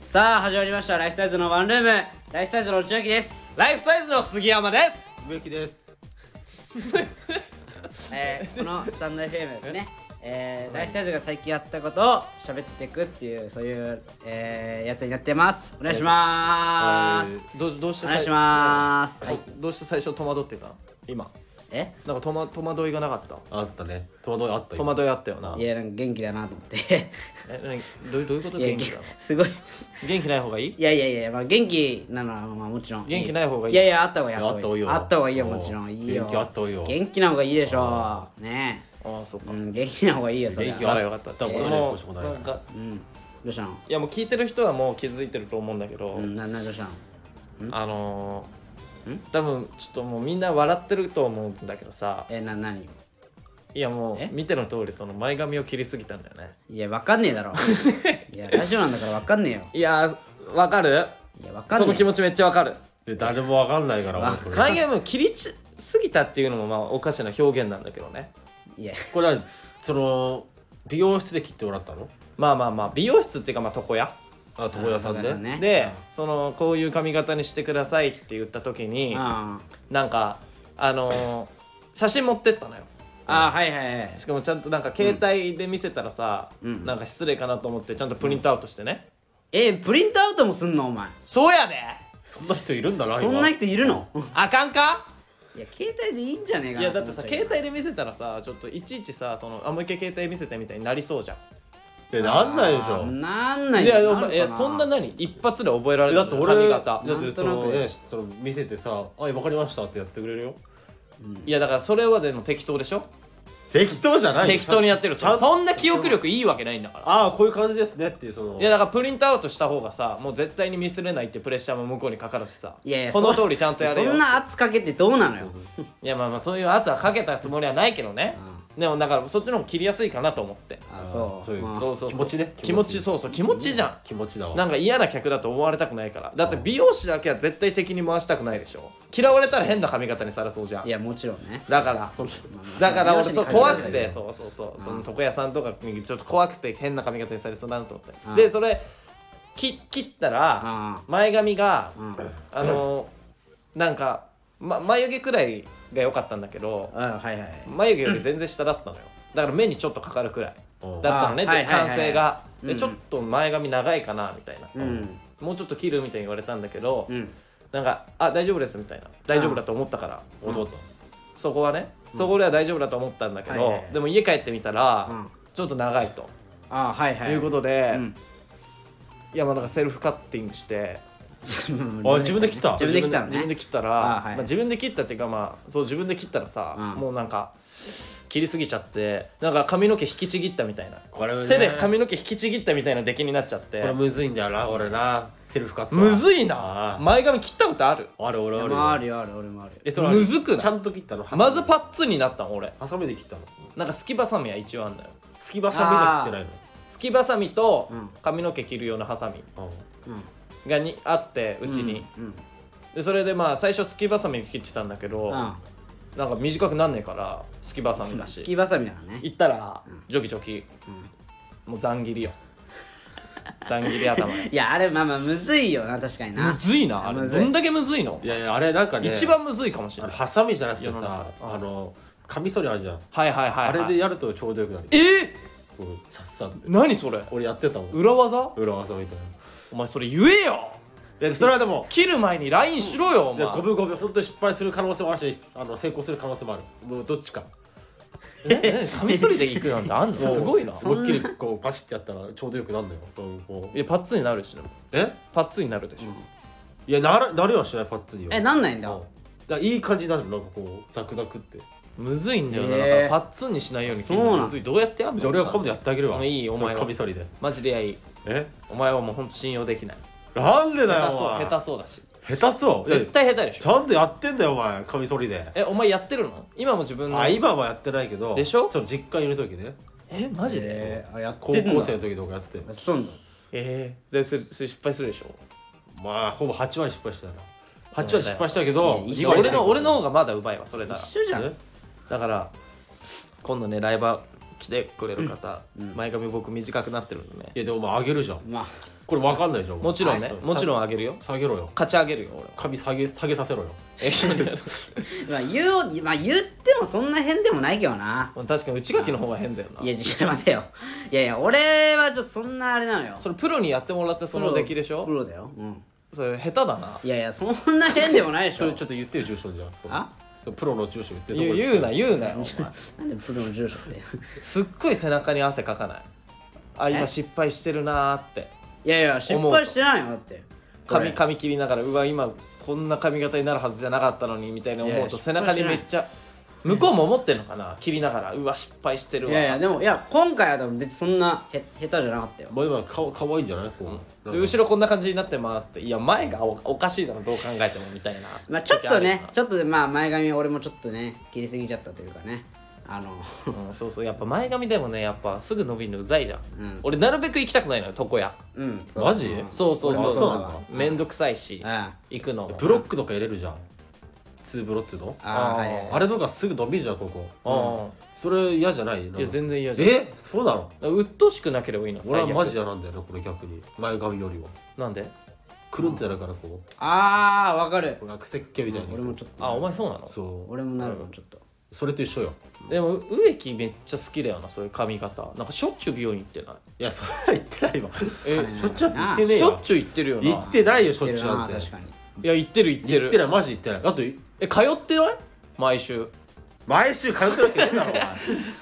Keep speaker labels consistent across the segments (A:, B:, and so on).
A: さあ始まりましたライフサイズのワンルームライフサイズの内きです
B: ライフサイズの杉山です
C: 植木です
A: えー、このスタンド FM ですねえー、ライフサイズが最近やったことを喋っていくっていうそういう、えー、やつになってますお願いします
B: どうどうして
A: お願いします
B: す
A: はい
B: どうして最初戸惑ってた今
A: え
B: なんか戸惑戸惑いがなかった
C: あったね戸惑いあっ
B: 戸
C: たよ
B: 惑いあったよない
A: やなんか 元気だなと思って
B: え何どうどういうこと
A: いや
B: 元気だの
A: すごい
B: 元気ない方がいい
A: いやいやいや、まあ、元気なのはまあもちろん
B: 元気ない方がいい
A: いやいやあった方がいい
C: あった方がいいよ
A: あった方がいいよもちろんいいよ
C: 元気あった方がいいよ
A: 元気な方がいいでしょうね
B: ああそうか
A: え、うん、元気な方がいいよそれ
C: 元
A: は
C: 気
B: あ
C: あ
B: ら
C: ら
B: よ
C: よ
B: か
C: か
B: っ
C: ったた
B: ちょっともうなんか
A: うんどうしたの
B: いやもう聞いてる人はもう気づいてると思うんだけど、
A: うんななどうしたの
B: あのー、多分ちょっともうみんな笑ってると思うんだけどさ
A: えな何
B: いやも
A: え
B: う見ての通りその前髪を切りすぎたんだよね
A: いやわかんねえだ ろいやラジオなんだからわかんねえよ
B: いやーわかる
A: いやわかん
B: そ
A: ね
B: の
A: え
B: 気持ちめっちゃわかる
C: で誰もわかんないから
A: わ
C: 俺これ
B: 前髪を切りちすぎたっていうのもまあおかしな表現なんだけどね
A: いや
C: これはその美容室で切ってもらったの
B: まあまあまあ美容室っていうかまあ床屋
C: あ床屋さん
A: 床屋
C: で
A: さんね
B: で、そのこういう髪型にしてくださいって言った時に
A: あ
B: なんかあのー写真持ってったのよ
A: ああはいはいはい
B: しかもちゃんとなんか携帯で見せたらさ、
A: うん
B: なんか失礼かなと思ってちゃんとプリントアウトしてね、
A: えプリントアウトもすんのお前
B: そうやで
C: そんな人いるんだな今
A: そんな人いるの
B: あかんか
A: いや携帯でいいんじゃねえか
B: い
A: な
B: や
A: と
B: だっ
A: 思
B: てさ
A: たけど
B: 携帯で見せたらさちょっといちいちさそのあもう一回携帯見せてみたいになりそうじゃん
C: でなんないでし
A: あ
C: ょ
A: ーなんない
B: いやいやお
A: るか
B: 前いやそんな何一発で覚えられ
C: え
B: る
C: だって俺
B: 髪型
C: だってそ
A: なん
C: の
A: となく
C: ねその見せてさ「あわかりました」ってやってくれるよ
B: いやだからそれはでも適当でしょ
C: 適当じゃない
B: 適当にやってる
C: ちゃん
B: そそんな記憶力いいわけないんだから
C: ああこういう感じですねっていうその
B: いやだからプリントアウトした方がさもう絶対にミスれないってプレッシャーも向こうにかかるしさ
A: いやいや
B: この
A: そ
B: 通りちゃんとやれよ
A: そんな圧かけてどうなのよ
B: いやまあまあそういう圧はかけたつもりはないけどねでもだからそっちの方が切りやすいかなと思って
A: あそう
C: そういう
A: まあ
B: そうそうそう
C: 気持ちね
B: 気持ちそうそう気持ちじゃ
C: 気持ちだ
B: ん
C: わ
B: なんか嫌な客だと思われたくないからだって美容師だけは絶対的に回したくないでしょ嫌われたら変な髪型にされそうじゃん
A: いやもちろんね
B: だから
A: まあまあ
B: だから俺
A: 美容
B: そう
A: 師に限ら
B: 怖
A: ず
B: く
A: だけ
B: て
A: ど
B: そうそうそうその床屋さんとかにちょっと怖くて変な髪型にされそうだなと思って
A: うん
B: でそれき切ったら
A: あ
B: 前髪が
A: あうん
B: あのなんか、ま、眉毛くらいが良かったんだけど
A: あはいはい
B: 眉毛より全然下だったのよだから目にちょっとかかるくらいだ
C: うん
B: ったのね
A: あは
B: で
A: いはいはい
B: 完成が
A: う
B: で
A: ん
B: ちょっと前髪長いかなみたいな
A: うん
B: もうちょっと切るみたいに言われたんだけど
A: うん
B: なんか「あ大丈夫です」みたいな「大丈夫だと思ったから」
C: 弟
B: そこはねそこでは大丈夫だと思ったんだけど、
A: はいはいはい
B: でも家帰ってみたら、
A: うん
B: ちょっと長いと、
A: ああはいはい
B: い、うことで、
A: うん
B: いやまあなんかセルフカッティングして
C: あ自分で切った
A: 自分で切ったのね
B: 自分で切ったら
A: あはい
B: まあ、自分で切ったっていうかまあそう自分で切ったらさ、
A: うん
B: もうなんか切りすぎちゃってなんか髪の毛引きちぎったみたいな、
C: これね
B: 手で髪の毛引きちぎったみたいな出来になっちゃって
C: これむずいんだよな俺なセルフカットは
B: むずいな前髪切ったことある
C: ある俺
A: い
C: あ
A: や
C: る
A: ま
C: よ
A: ああるよある俺もあるよ
C: えそれ
B: むずくない
C: ちゃんと切ったの
B: まずパッツンになったの俺
C: ハサミで切ったの
B: なんかすきばさみは一応あんだよ
C: すきばさみが切って
B: すきばさみと
A: うん
B: 髪の毛切る用のハサミ、
C: ないのうん
A: うん
B: がにあってうちに、
A: うん
B: でそれでまあ最初すきばさみ切ってたんだけ
A: う
B: ど、
A: ん
B: なんか短くなんねえからすきばさみだ
A: す
B: し
A: きばさみだからね
B: 行ったらジョキジョキ、もうざん切 りよざん切り頭で
A: いやあれまあまあむずいよな確かにな
B: むずいなあれ
A: むずい
B: どんだけむずいの
C: いやいやあれなんかね
B: 一番むずいかもしれ
C: あの
B: ない
C: ハサミじゃなくて
B: 世の
C: さ
B: 中
C: あのカミソリあるじゃん
B: はいはいはい、
C: あ
B: はい、
C: れでやるとちょうどよくなる
B: え
C: こうさっさって
B: ー、何それ
C: 俺やってたもん
B: 裏技
C: 裏技みたい
B: お前それ言えよ
C: ないやそれはでも
B: 切る前に LINE しろよお
C: いやご
B: 前
C: めんごめん本当に失敗する可能性もあるしあの成功する可能性もあるもうどっ ちか
B: え何カミソリで行くなんてあんの
C: もう
B: すごいな
C: 思いっきりこうバシッてやったらちょうどよくなるの ようんこ
B: いうやパッツンになるしね
C: え
B: パッツンになるでしょ、
C: いやなるなるよしないパッツンには
A: えなんないんだ
C: うんだからいい感じになるのなんかこうザクザクって
B: むずいんだよな、
A: へー
B: だからパッツンにしないように切る
A: そうなん
B: むずいどうやってやんの
C: じゃあ俺は今度やってあげるわ
B: もういいよお前は
C: それカミソリで
B: マジでやいい
C: え
B: お前はもうほんと信用できない
C: なんでだ
B: 下
C: よ
B: 手そう
C: お前
B: 下手そうだし
C: 下手そう
B: 絶対下手でし
C: ち
B: ょ
C: ゃんとやってんだよお前カミソリで
B: えお前やってるの今も自分の
C: あ今はやってないけど
B: でしょ
C: その実家にいる時ね
B: えマジで
A: えーあやっ
C: 高
A: てんだ
C: 校生の時とかやってて
A: やってたんだ
B: えー、でそれそれ失敗するでしょ
C: まあほぼ8割失敗したな8割失敗したけ
A: い
C: ど
A: や
C: 二
A: 一緒
C: 割
B: 俺
C: 成
B: の
C: 功
B: 俺の方がまだうまいわそれなら
A: 一緒じゃん
C: え
B: だから今度ねライバー来てくれる方、前髪僕短くなってるんでね
C: いやでもまああげるじゃん
A: まあ
C: これ分かんないでしょ
B: もちろんね、もちろん
C: ん
B: あげるよ
C: 下げろよ
B: 勝ち上げるよ俺は
C: 髪下げ下げさせろよ
A: まあ言う、まあ、言ってもそんな変でもないけどな
B: 確かに内垣の方が変だよない
A: やちょっと待てよいやいや俺はちょっとそんなあれなのよ
B: それプロにやってもらってその出来でし
A: プ
B: ょ
A: ロだようん
B: それ下手だない
A: やいやそんな変でもないでし
C: そ
A: ょ
C: れちょっと言ってよ住所じゃんその
A: あ
C: そのプロの住所言って
B: 言う言うな言うなよお前
A: なんでプロの住所って
B: すっごい背中に汗かかないあ今
A: え
B: 失敗してるなーって
A: いやいや失敗してないよだってこれ
B: 髪髪切りながらうわ今こんな髪型になるはずじゃなかったのにみたいない
A: や
B: 思う
A: い
B: と
A: や
B: 背中にめっちゃ向こうも思ってんのかな切りながらうわ失敗してる
A: い
B: わ
A: やいやでもいや今回は多分別にそんなへ下手じゃなかったよ
C: まあ今顔可愛いんじゃないこうなん
B: で
C: か
B: 後ろこんな感じになってますっていや前がおおかしいだろどう考えてもみたいな
A: まあちょっとね
B: 時あるよ
A: ちょっとでまあ前髪俺もちょっとね切りすぎちゃったというかねあの
B: なうん、そうそうやっぱ前髪でもねやっぱすぐ伸びるのうざいじゃん、
A: うん
B: 俺なるべく行きたくないのよ床屋
A: うんそう
C: マジ
A: うん
B: そうそうそう
A: 俺もそうだ
C: あ
A: わ
B: めんどくさいし
A: あ
B: 行くのも
C: ブロックとか入れるじゃんツーブロっていうの
A: ああ
B: あー
A: はいはいはい
C: あれとかすぐ伸びるじゃんここ
B: う
C: それ嫌じゃないなん
B: ん
C: か
B: いや全然嫌じゃん
C: えそうなの
B: うっとしくなければいいの
C: 俺は
B: 最悪
C: マジ嫌なんだよねこれ逆に前髪よりは
B: なんで
C: くるんってなるからこ
A: あーわかる
C: う悪石家みたいに
A: 俺もちょっと
B: あお前そうなの
C: そう
A: 俺もなるもんちょっと
C: それと一緒よ
B: でも植木めっちゃ好きだよなそういう髪型なんかしょっちゅう美容院行ってない
C: いやそれは言ってないわ
B: え
C: しょっちゅうだって言ってねえ
B: しょ
C: よ
B: っちゅう行ってるよな
C: 言ってないよしょ
A: 言
C: っ
A: っ
C: ちゅ
A: て
C: う
A: るな
C: なんて
A: 確かに
B: いや行ってる行って
C: 言
B: る
C: ってないマジ言ってないあと
B: え通ってない毎週
C: 毎週通ってるわけねえだろお前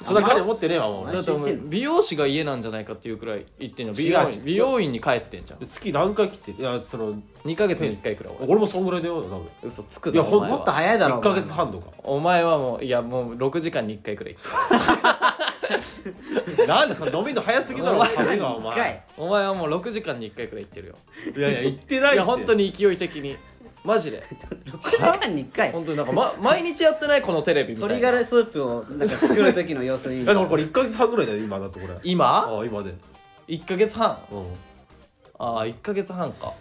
C: そんな金持ってねえわもう
A: 毎
B: だ
A: 週
B: ってお前
A: 行ってんの
B: 美容師が家なんじゃないかっていうくらい行ってんの
C: 違う
B: 美容
C: 違
B: 院
C: う
B: 美容院に帰ってんじゃん
C: 月何回来ていやその
B: 2ヶ月に1回くらい俺
C: 俺もそんぐらいだよ多分
B: 嘘つく
C: いやほん
B: お前
A: も
B: は
A: っと早いだろ
C: 1ヶ月半とか
B: お前はもういやもう6時間に1回くらい行ってる
C: なんでそれ伸びるの 早すぎだろ
B: お前
C: 髪がお
A: 一回
C: 前
B: お前はもう6時間に1回くらい行ってるよ
C: いやいや言ってないって
B: いや本当に勢い的にマジで
A: 6時間に1回
B: 本当になんか、ま、毎日やってないこのテレビみたいな
A: 鶏ガラスープをなんか作る時の様子に
C: いやでもこれ1ヶ月半ぐらいだよ今だってこれ
B: 今
C: ああ今で
B: 1ヶ月半
C: うん
B: ああ1ヶ月半か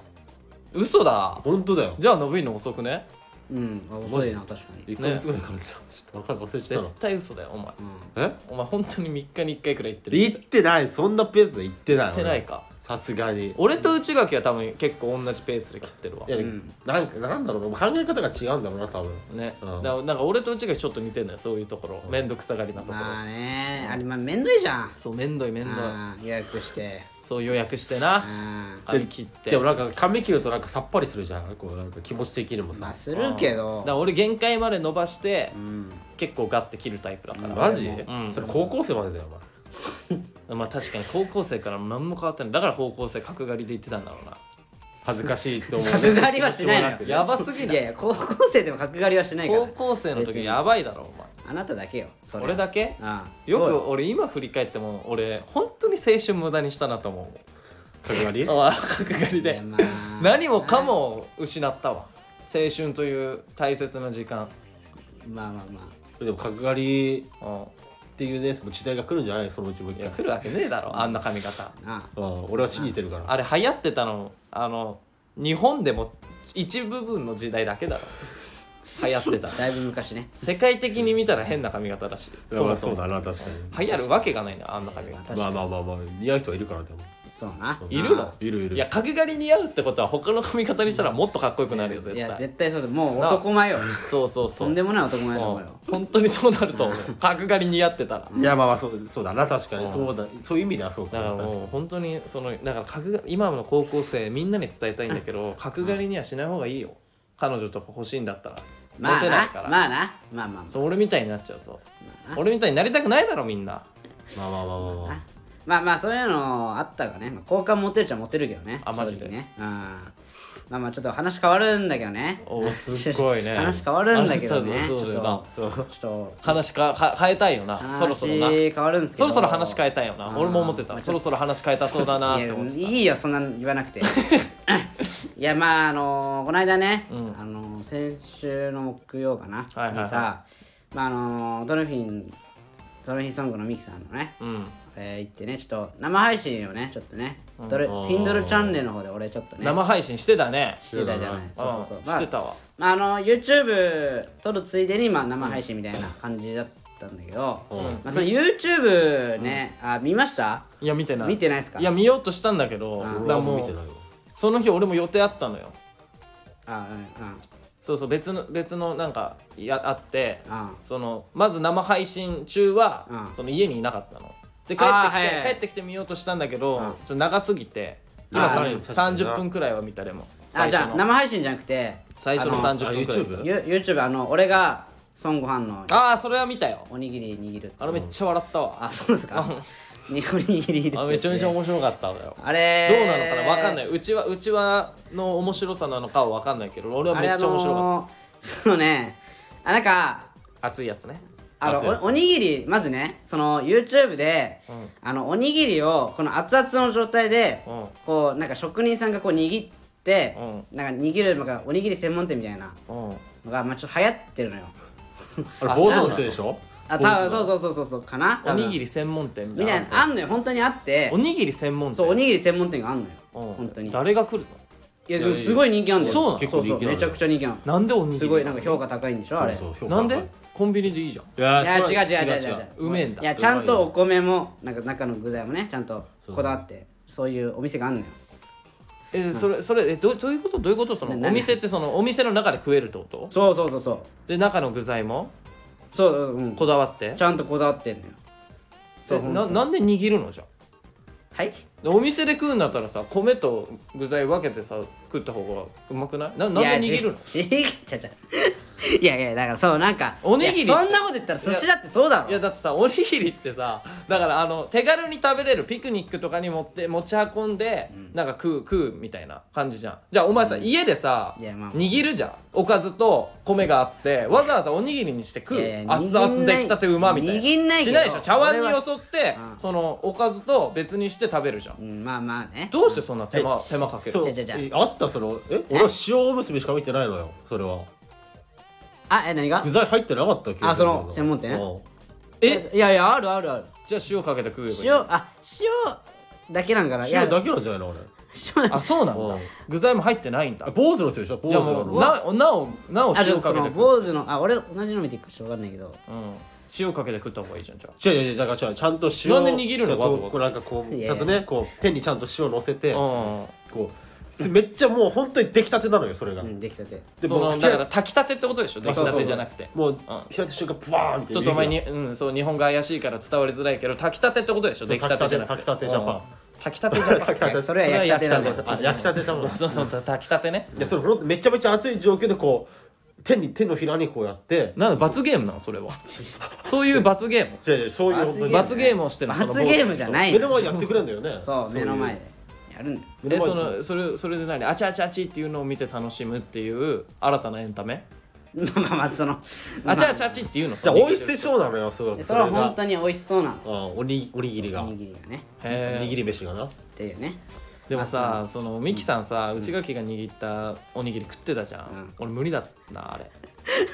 B: 嘘だ
C: 本当だよ
B: じゃあ伸びるの遅くね
A: うんあ遅いな確かに
C: 1ヶ月ぐらいからじゃんちょっと分かんない忘れちゃっ
B: 絶
C: たな
B: 対嘘だよお前
A: うん
C: え
B: お前本当に3日に1回くらい行ってる
C: 行ってないそんなペースで行ってない
B: 行ってないか
C: 俺さすがに
B: 俺と内垣は多分結構同じペースで切ってるわ
C: いや、
A: うん
C: なんかなんだろうな考え方が違うんだろうな多分
B: ね、
C: う
B: だ
C: ん
B: からなんか俺と内垣ちょっと似てんだよそういうところめんどくさがりなところ、
A: まあねあれまあ面倒いじゃん
B: そうめんどいめんどい
A: うん予約して
B: そう予約して
A: う
B: な、
A: ん
B: 髪切って
C: でもなんか髪切るとなんかさっぱりするじゃんこうなんか気持ち的にも
A: ま
C: さ
A: あするけ
B: だ
A: ど
B: から俺限界まで伸ばして、
A: うん
B: 結構ガッて切るタイプだから、
C: マジ、
B: うん
C: それ高校生までだよお前
B: まあ確かに高校生から何も変わってないだから高校生角刈りで言ってたんだろうな
C: 恥ずかしいと思 う
A: 角刈りはしないのよ
B: やばすぎ
A: い
B: な
A: やい
B: い
A: や高校生でも角刈りはしないから
B: 高校生の時
A: 別に
B: やばいだろお前
A: あなただけよそれ
B: 俺だけ
A: ああ
B: よ
A: そう
B: く俺今振り返っても俺本当に青春無駄にしたなと思う
C: 角刈り
B: ああ角刈り
A: い
B: で
A: やまあ
B: 何もかもを失ったわ青春という大切な時間
A: まあまあま
C: でも角刈り
B: うん
C: っていうね時代が来るんじゃないそのうちもう一
B: いや
C: 回
B: 来るわけねえだろあんな髪型
A: あなあ
C: うん俺は信じてるから
B: あれ流行ってたのあの日本でも一部分の時代だけだろ流行 ってたの
A: だいぶ昔ね
B: 世界的に見たら変な髪型だし
C: そ
B: そうも
C: だ
B: そ
C: そう
B: も
C: だな確か
B: 流行るわけがないなあんな髪
A: いや
B: 型
A: 確
C: にま
A: か
C: あ
A: に
C: まあまあまあ似合う人はいるからでも
A: そうな
B: うんいるの
A: ああ
C: いるいる
B: いや角刈り似合うってことは他の髪型にしたらもっとかっこよくなるよ絶
A: いや
B: 対
A: 絶対そうだもう男前よ
B: そうそうそ
A: と
B: うん
A: でもない男
B: う
A: 前だと思うんよ
B: 本当にそうなると思う角刈り似合ってたら
C: いやまあまあそうそうだな確か
B: う
C: に
B: ん
C: そうだそういう意味ではそう
B: だから
C: 確
B: もう本当にそのだから角刈今の高校生みんなに伝えたいんだけど角刈りにはしない方がいいよ彼女とか欲しいんだったら
A: ま
B: モ
A: あ
B: テない
A: な
B: から、
A: まあなまあまあまあ
B: そう俺みたいになっちゃうそう俺みたいになりたくないだろみんな
C: まあまあまあまあまあ
A: あまあまあそういうのあったがね、まあ、好感持てるっちゃ持てるけどね
B: あマジ
A: 正
B: で
A: 直ねうんまあまあちょっと話変わるんだけどね
B: お ーすっごいね
A: 話変わるんだけどね
B: あ
A: ち
B: そう
A: ょ
B: だ
A: っ
B: そ
A: と
B: うだよな
A: ちょっと
B: 話かか変えたいよなそろそろな
A: 話変わるんですけ
B: そ
A: ど
B: ろそろ話変えたいよな俺も思って
A: ま
B: た
A: あ
B: そろそろ話変えたそうだなっ
A: い
B: て
A: や
B: 思って
A: い
B: た
A: いよそんなの言わな くていやまああのこの間ね、
B: ん
A: あの先週の木曜かな、
B: はいはいはい
A: にさ、まあ、あのドルフィンドルフィンソングのミキさんのね、
B: うん
A: えー行ってねちょっと生配信をねちょっとね、ドルフィンドルチャンネルの方で俺ちょっとね
B: 生配信してたね
A: してたじゃない
B: うん
A: そうそうそう、
B: してたわ
A: まあ、あの YouTube 撮るついでにまあ生配信みたいな感じだっったんだけど、
C: うん
A: まあ、その YouTube ね、あ見ました
B: いや見てない
A: 見てないっすか
B: いや見ようとしたんだけど
A: あ
B: だ
A: ー
B: か
C: 俺
B: ら
C: はもう見
B: も
C: てな
B: う
C: いわ
B: その日俺も予定あったのよ
A: あうんうん
B: そうそう別の別のなんかやあって
A: あ
B: そのまず生配信中は、
A: うん
B: その家にいなかったので帰ってきて、
A: あーはいはいはい
B: 帰ってきて見ようとしたんだけ
A: う
B: ど、
A: ん
B: ちょっと長すぎて
A: あ
B: 今
A: ー
B: さ
A: はい
B: 30分くらいは見たでも
A: あ
B: 最
A: じゃあ
B: 初の
A: 生配信じゃなくて
B: 最初の
A: あ
B: 30分くらい
C: あ YouTube？
A: ユ YouTube あの俺が孫悟飯の
B: ああそれは見たよ
A: おにぎり握る
B: あれめっちゃ笑ったわ
A: あそうですか におにぎり握るって
B: あめちゃめちゃ面白かったのよ
A: あれ
B: どうなのかなわかんないいうちはうちはの面白さなのかはわかんないけど俺は
A: あ
B: め
A: れ
B: っ
A: あ
B: ちゃ面白かっ
A: のーそのねあなんか
B: た熱いやつね
A: あの
B: 熱いやつ
A: おおにぎりまずねその YouTube で、
B: うん
A: あのおにぎりをこの熱々の状態で、
B: うん
A: こうなんか職人さんがこう握って、
B: う
A: なんか握るのがおにぎり専門店みたいな
B: うん
A: のが、まあ、ちょっと流行ってるのよ
C: あれ
B: あ
C: 坊主
B: そうな
C: の
B: の
C: 人でしょ
A: あ多分そうそうそうそうそうかな
B: おにぎ
A: り
B: り専門店み
A: みた
B: た
A: い
B: い
A: なのあ
B: なん
A: のよ本当にあって
B: おにぎり専門店
A: そうおにぎり専門店があんのよ、
B: うん
A: 本当にい
B: 誰が来る
A: やでもすごい人気あんだよ
B: そうなの
A: そう
C: 結構人気なの
A: めちゃくちゃ人気あんの
B: のなんでおにぎり
A: すごいなんか評価高いんでしょあれ
C: そうそう
B: なん
C: 評
B: でコンビニでいいじゃん
C: 価
A: い
C: が
A: や
C: い
A: 違う
C: や
A: 違う違う違う
B: うめえんだ
A: いやちゃんとお米もなんか中の具材もねちゃんとこだわってそういうお店があんのよ
B: えそれそれえどどういうことどういうことその
A: なな
B: お店ってそのお店の中で食えるってこと
A: そうそうそうそう
B: で中の具材も
A: そううん
B: こだわって
A: ちゃんとこだわってんのよそう
B: え
A: ほん
B: な
A: と
B: なんで握るのじゃん
A: はい
B: でお店で食うんだったらさ米と具材分けてさ食った方がうまくないななんで握るの
A: いやちちゃちゃ いやいやだからそうなんか
B: おにぎり
A: いやそんなこと言ったら寿司だってそうだろ
B: いやだってさおにぎりってさだからあの手軽に食べれるピクニックとかに持って持ち運んで、なんか食う食うみたいな感じじゃんじゃあお前さ、家でさ、
A: いやまあ
B: 握るじゃんおかずと米があってわざわざおにぎりにして食う
A: いやいや
B: 熱々できたてうまみたいな
A: 握んないけ
B: し
A: ど
B: ないでしょ茶碗に
A: 俺
B: よ
A: は
B: そって、
A: うん
B: そのおかずと別にして食べるじゃん、
A: うんまあまあね
B: どうしてそんな手間手間かける
C: そう
A: 違う違う違
C: えあったそのえ俺は塩おむすびしか見てないのよそれは
A: あえ何が
C: 具材入ってなかったっけ
A: あその専門店
C: うん
B: え
A: いやいやあるあるある
B: じゃあ塩かけて食えばいい
A: 塩あ塩だけなんかないや
C: 塩だけなんじゃないの俺
A: 塩だ
B: あそうなんだ
C: うん
B: 具材も入ってないんだ
C: 坊主の人でしょ坊主
B: じゃあ
C: の
B: もう
C: な
B: ななおなお
A: あじゃ
B: 塩
A: あ
B: か
A: そ
B: けて
A: の
B: 食う、
A: 坊主のあ俺同じの見ていくかしょうがないけど
B: うん、塩かけて食った方がいいじゃんじゃあ
C: 違う違う違うだから違うちゃんと塩
B: なんで握るのわざわざ
C: こうなんかこう
A: いや
C: ち
A: いや
C: ゃんとねこう手にちゃんと塩乗せて
B: うん
C: こうすめっちゃもう本当に出来たてなのよそれが
A: うんできたて
C: で
B: そ
C: も
B: の
C: う
B: だから炊きたてってことでしょ出来
C: そうそう
B: た
C: そう
B: てじゃなくて
C: もう開いた瞬間プワーンって
B: ちょっとお 前に、うん、そう日本が怪しいから伝わりづらいけど炊きたてってことでしょ
C: そう
B: 出来たてじゃなくて
C: 炊きたて炊きたてジャパン
B: うん炊きたて ジャパン
C: 炊きたて
A: それは焼きたてなんだよ
B: それは
C: あ焼きたてだもんい
B: そうそうそう炊きたてね
C: やそれほんとめちゃめちゃ熱い状況でこう手に手のひらにこうやって
B: なんで罰ゲームなのそれ はそういう罰ゲーム
C: じゃそういう本当に
B: 罰ゲームをしてるのその
A: 罰ゲームじゃない
C: 目
A: の
C: の前でやってくれんだよね
A: そう目の前
C: で
A: でやるんだ よ
B: えそのそれそれで何あちゃあちゃあちっていうのを見て楽しむっていう新たなエンタメ
A: まあまあまあその
B: あちゃあちゃあちっていうの
C: じゃあ美味し
B: い
C: そうなのよすご
A: で
C: く
A: それは
C: が
A: 本当に美味しそうなの
C: あおにおにぎりが
A: おにぎりがね
C: おにぎ
B: へえ
C: り飯がな
A: っていうね
B: でもさそのミキさんさ内垣が握ったおにぎり食ってたじゃん、
A: うん
B: 俺無理だったなあれ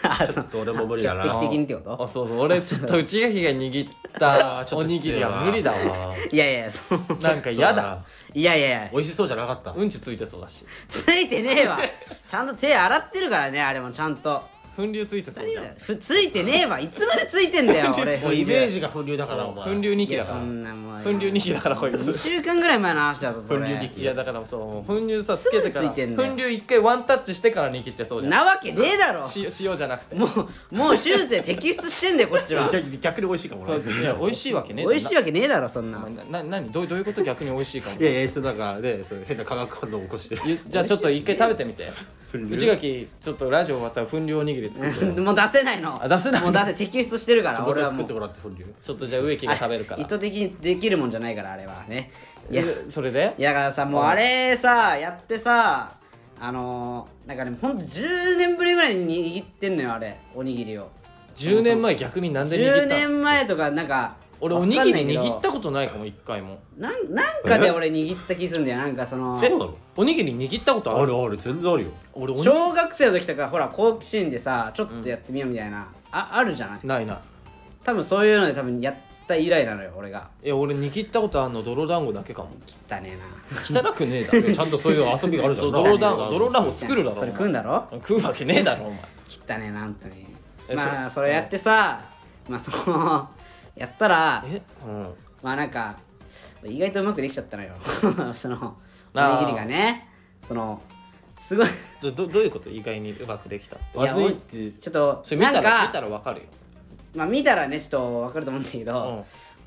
A: あその
C: どれも無理だ
A: 定
C: な
A: 期的にってこと
B: あそうそう俺ちょっと内垣が 握ったおにぎりは無理だわ
A: いやいやそう
B: なんか嫌だ
A: いやいやいや
C: 美味しそうじゃなかった
B: うんちついてそうだし
A: ついてねえわちゃんと手洗ってるからねあれもちゃんと
B: 粉流ついてそう
A: 何
B: じゃ
A: だ
B: ん
A: よふついてねえわいつまでついてんだよ俺
C: もうイメージが粉流だからお前
B: 粉流2
A: い
B: 期
A: や
B: だか
A: そ
B: ら
A: んなもう
B: 粉流2期だからこい
A: 2
B: つ
A: 週間ぐらい前の話だぞそ
C: 粉流二
A: れ
C: 期
B: いやだからそうもう粉流さつけてか
A: すぐ
B: ら
A: ついてんだよ
B: 粉流一回ワンタッチしてから握ってそうじゃん
A: なわけねえだろ
B: し塩じゃなくて
A: もうもう手術で摘出してんだよこっち は
C: 逆逆に美味しいかもな
B: そういや美味しいわけねえ
A: 美味しいわけねえだろそ んな
B: な
A: の
B: なな何どうどういうこと逆に美味しいかも
C: いやいやそうだからねそう変な化学反応を起こして
B: ゆじゃあちょっと一回食べてみて
C: 粉流
B: 内垣ちょっとラジオ終わったら粉流おにぎり作って
A: もう出せないの
B: あ出せない
A: もう出せ摘出してる から
C: 俺
A: 俺
C: が
A: はも
C: 作っ
A: う
C: てもらって粉流
B: ちょっとじゃあ植木が食べるか
A: あれ
B: ら
A: 意図的にできるもんじゃないからあれはねいやい
B: えそれで
A: やだからさもうあれさやってさあのー、なんかねほんと10年ぶりぐらいに握ってんのよあれおにぎりを
B: 10年前逆になんで握
A: 10
B: ったの
A: 年前とかなんか
B: 俺おにぎり握ったことないかも一回も
A: なんなんかで俺握った気するんだよなんかその
C: そうなの
B: おにぎり握ったことあ
C: あ
B: る
C: るある全然あるよ
B: 俺おにぎり
A: 小学生の時とかほら好奇心でさちょっとやってみようみたいな、ああるじゃない
B: ないな
A: 多分そういうので多分やった以来なのよ俺が
B: いいや俺握ったことあるの泥団子だけかも
A: 汚ねえな
B: 汚くねえだ ろ
C: ちゃんとそういう遊びがあるじゃ
B: そ
C: ん
B: う泥団
C: な
B: 子
C: んか
B: 泥団子作るだろ
A: それ食うんだろ
B: お前食うわけねえだろお前
A: 汚ねえな本当に
B: え
A: まあ
B: そ
A: それやってさまあその やったら
B: え、うん、
A: まあなんか意外とうまくできちゃったのよ その
B: あー
A: おにぎりがねそのすごい
B: どどどういうこと意外にうまくできた
A: いや
C: まずいって
A: ちょっと
B: それ見
A: な
B: た
A: ん
B: ら見た
A: から
B: わかるよ
A: まあ見たらねちょっとわかると思うんだけ
B: うん
A: ど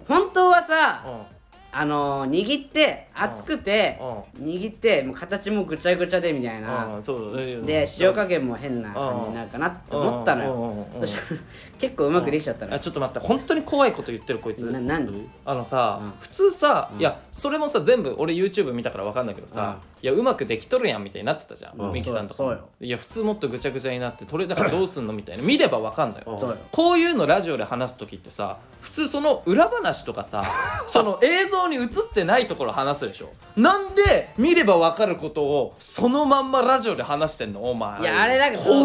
A: 本当は
B: う
A: さ
B: ん
A: あの握って熱くて握ってもう形もぐちゃぐちゃでみたい
B: あ
A: な
B: そうだね
A: で塩加減も変な感じになるかなって思ったの
B: うんうん
A: よ
B: うんうん
A: そしたら 結構うまくできちゃったの
B: あ
A: よ
B: ちょっと待って本当に怖いこと言ってるこいつ
A: な何
B: あのさ、
A: うん
B: 普通さ、いやそれもさ全部俺 YouTube 見たから分かんないけどさ、いやうまくできとるやんみたいになってたじゃん、
C: うん
B: ミキさんとか
A: そう
B: も
A: そう
B: いや普通もっとぐちゃぐちゃになって取れたからどうすんのみ たいな見れば分かんだよ、
C: うん
A: そうよ
B: こういうのラジオで話す時ってさ普通その裏話と かさその映像に映ってないところ話すでしょなんで見れば分かることをそのまんまラジオで話してんのお前
A: いやあれなんか
B: 怖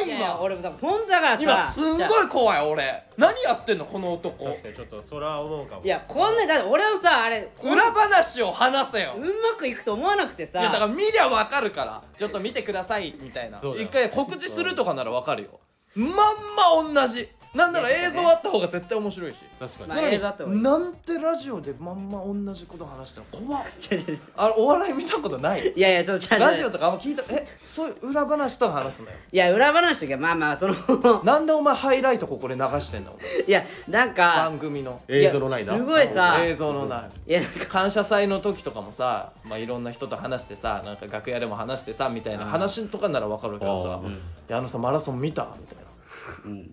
B: い
A: いやい
B: な
A: や俺もだから本当だからさ
B: 今すん
A: じゃあ
B: ごい怖い俺何やってんのこの男
C: ちょっとそれは思うかも
A: いやこんなだって俺もさあれこんう
B: 裏話を話せよ
A: まくいくと思わなくて
B: い
A: さ
B: やだから見りゃわかるからちょっと見てくださいみたいな
C: そうだ
B: 一
C: よ
B: 回告知するとかならわかるよまんま同じなんなら映像あった方が絶対面白いし
C: 確かに、
A: まあ映像あった方がいい
B: なんてラジオでまんま同じこと話してるの怖っ
A: ちょちょちょ
B: あれお笑い見たことない
A: いやいやちょっとちょ
B: ラジオ
A: い
B: とかあんま聞いたえそういう裏話とか話すんだよ
A: や裏話というかまあまあその
B: なんでお前ハイライトここで流してんだお前
A: いやなんか
B: 番組の
C: 映像のないな
A: やすごいさ
B: 映像のない
A: いやなんか
B: 感謝祭の時とかもさ、まあ、いろんな人と話してさなんか楽屋でも話してさみたいな話とかなら分かるけどさ
C: あーうん
B: 「であのさマラソン見た?」みたいな
A: うん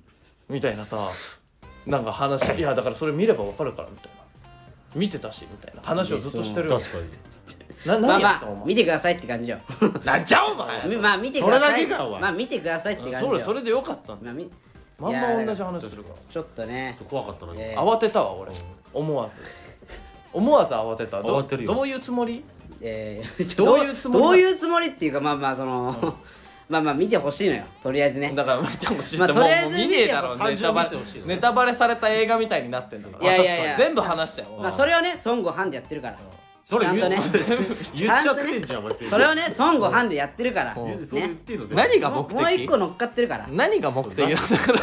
B: みたいなさなんか話「いやだからそれ見れば分かるから」みたいな見てたしみたいな話をずっとしてるよ
C: 確かに
B: な
A: まあ
B: 何やったお
A: まあ見
B: 前
A: てくださいって感じよ
B: なんじゃお前
A: まあ見てください
C: それだけかおい
A: まあ見てくださいって感じよ
B: それそれでよかったんだ
A: まあみ
B: まん
A: いや
B: ま
A: だ
B: 同じ
A: から
B: 話するか
A: ちょっとね
C: 怖かったな、
A: え
B: ら慌てたわ俺思わず思わず慌てたど
C: 慌てるよ
B: どういうつもり
A: えーちょ
B: どういうつもりな
A: どういうつもりっていうかまあまあその まあまあ見てほしいのよとりあえずね
B: だから見てほしい
A: ま
B: っ
A: あ
B: て、
A: とりあえ
B: もう
A: ず
B: もう見ねえだろ
C: 見てよ
B: ネタバレ
C: 単純に見てほしいよね
B: ネタバレされた映画みたいになってんだから
A: いやいやいや
B: 私全部話したよ
A: まあそれをね孫悟飯でやってるから
C: それ
A: ちゃんとね
C: 言う全部 言っちゃってんじゃん、お前
A: それをね孫悟飯でやってるから
B: うん
A: ね
C: そう言ってんの
B: 何が
A: も
B: 目
A: うもう一
B: 的
A: 個乗っかってるから
B: 何が目的なんだから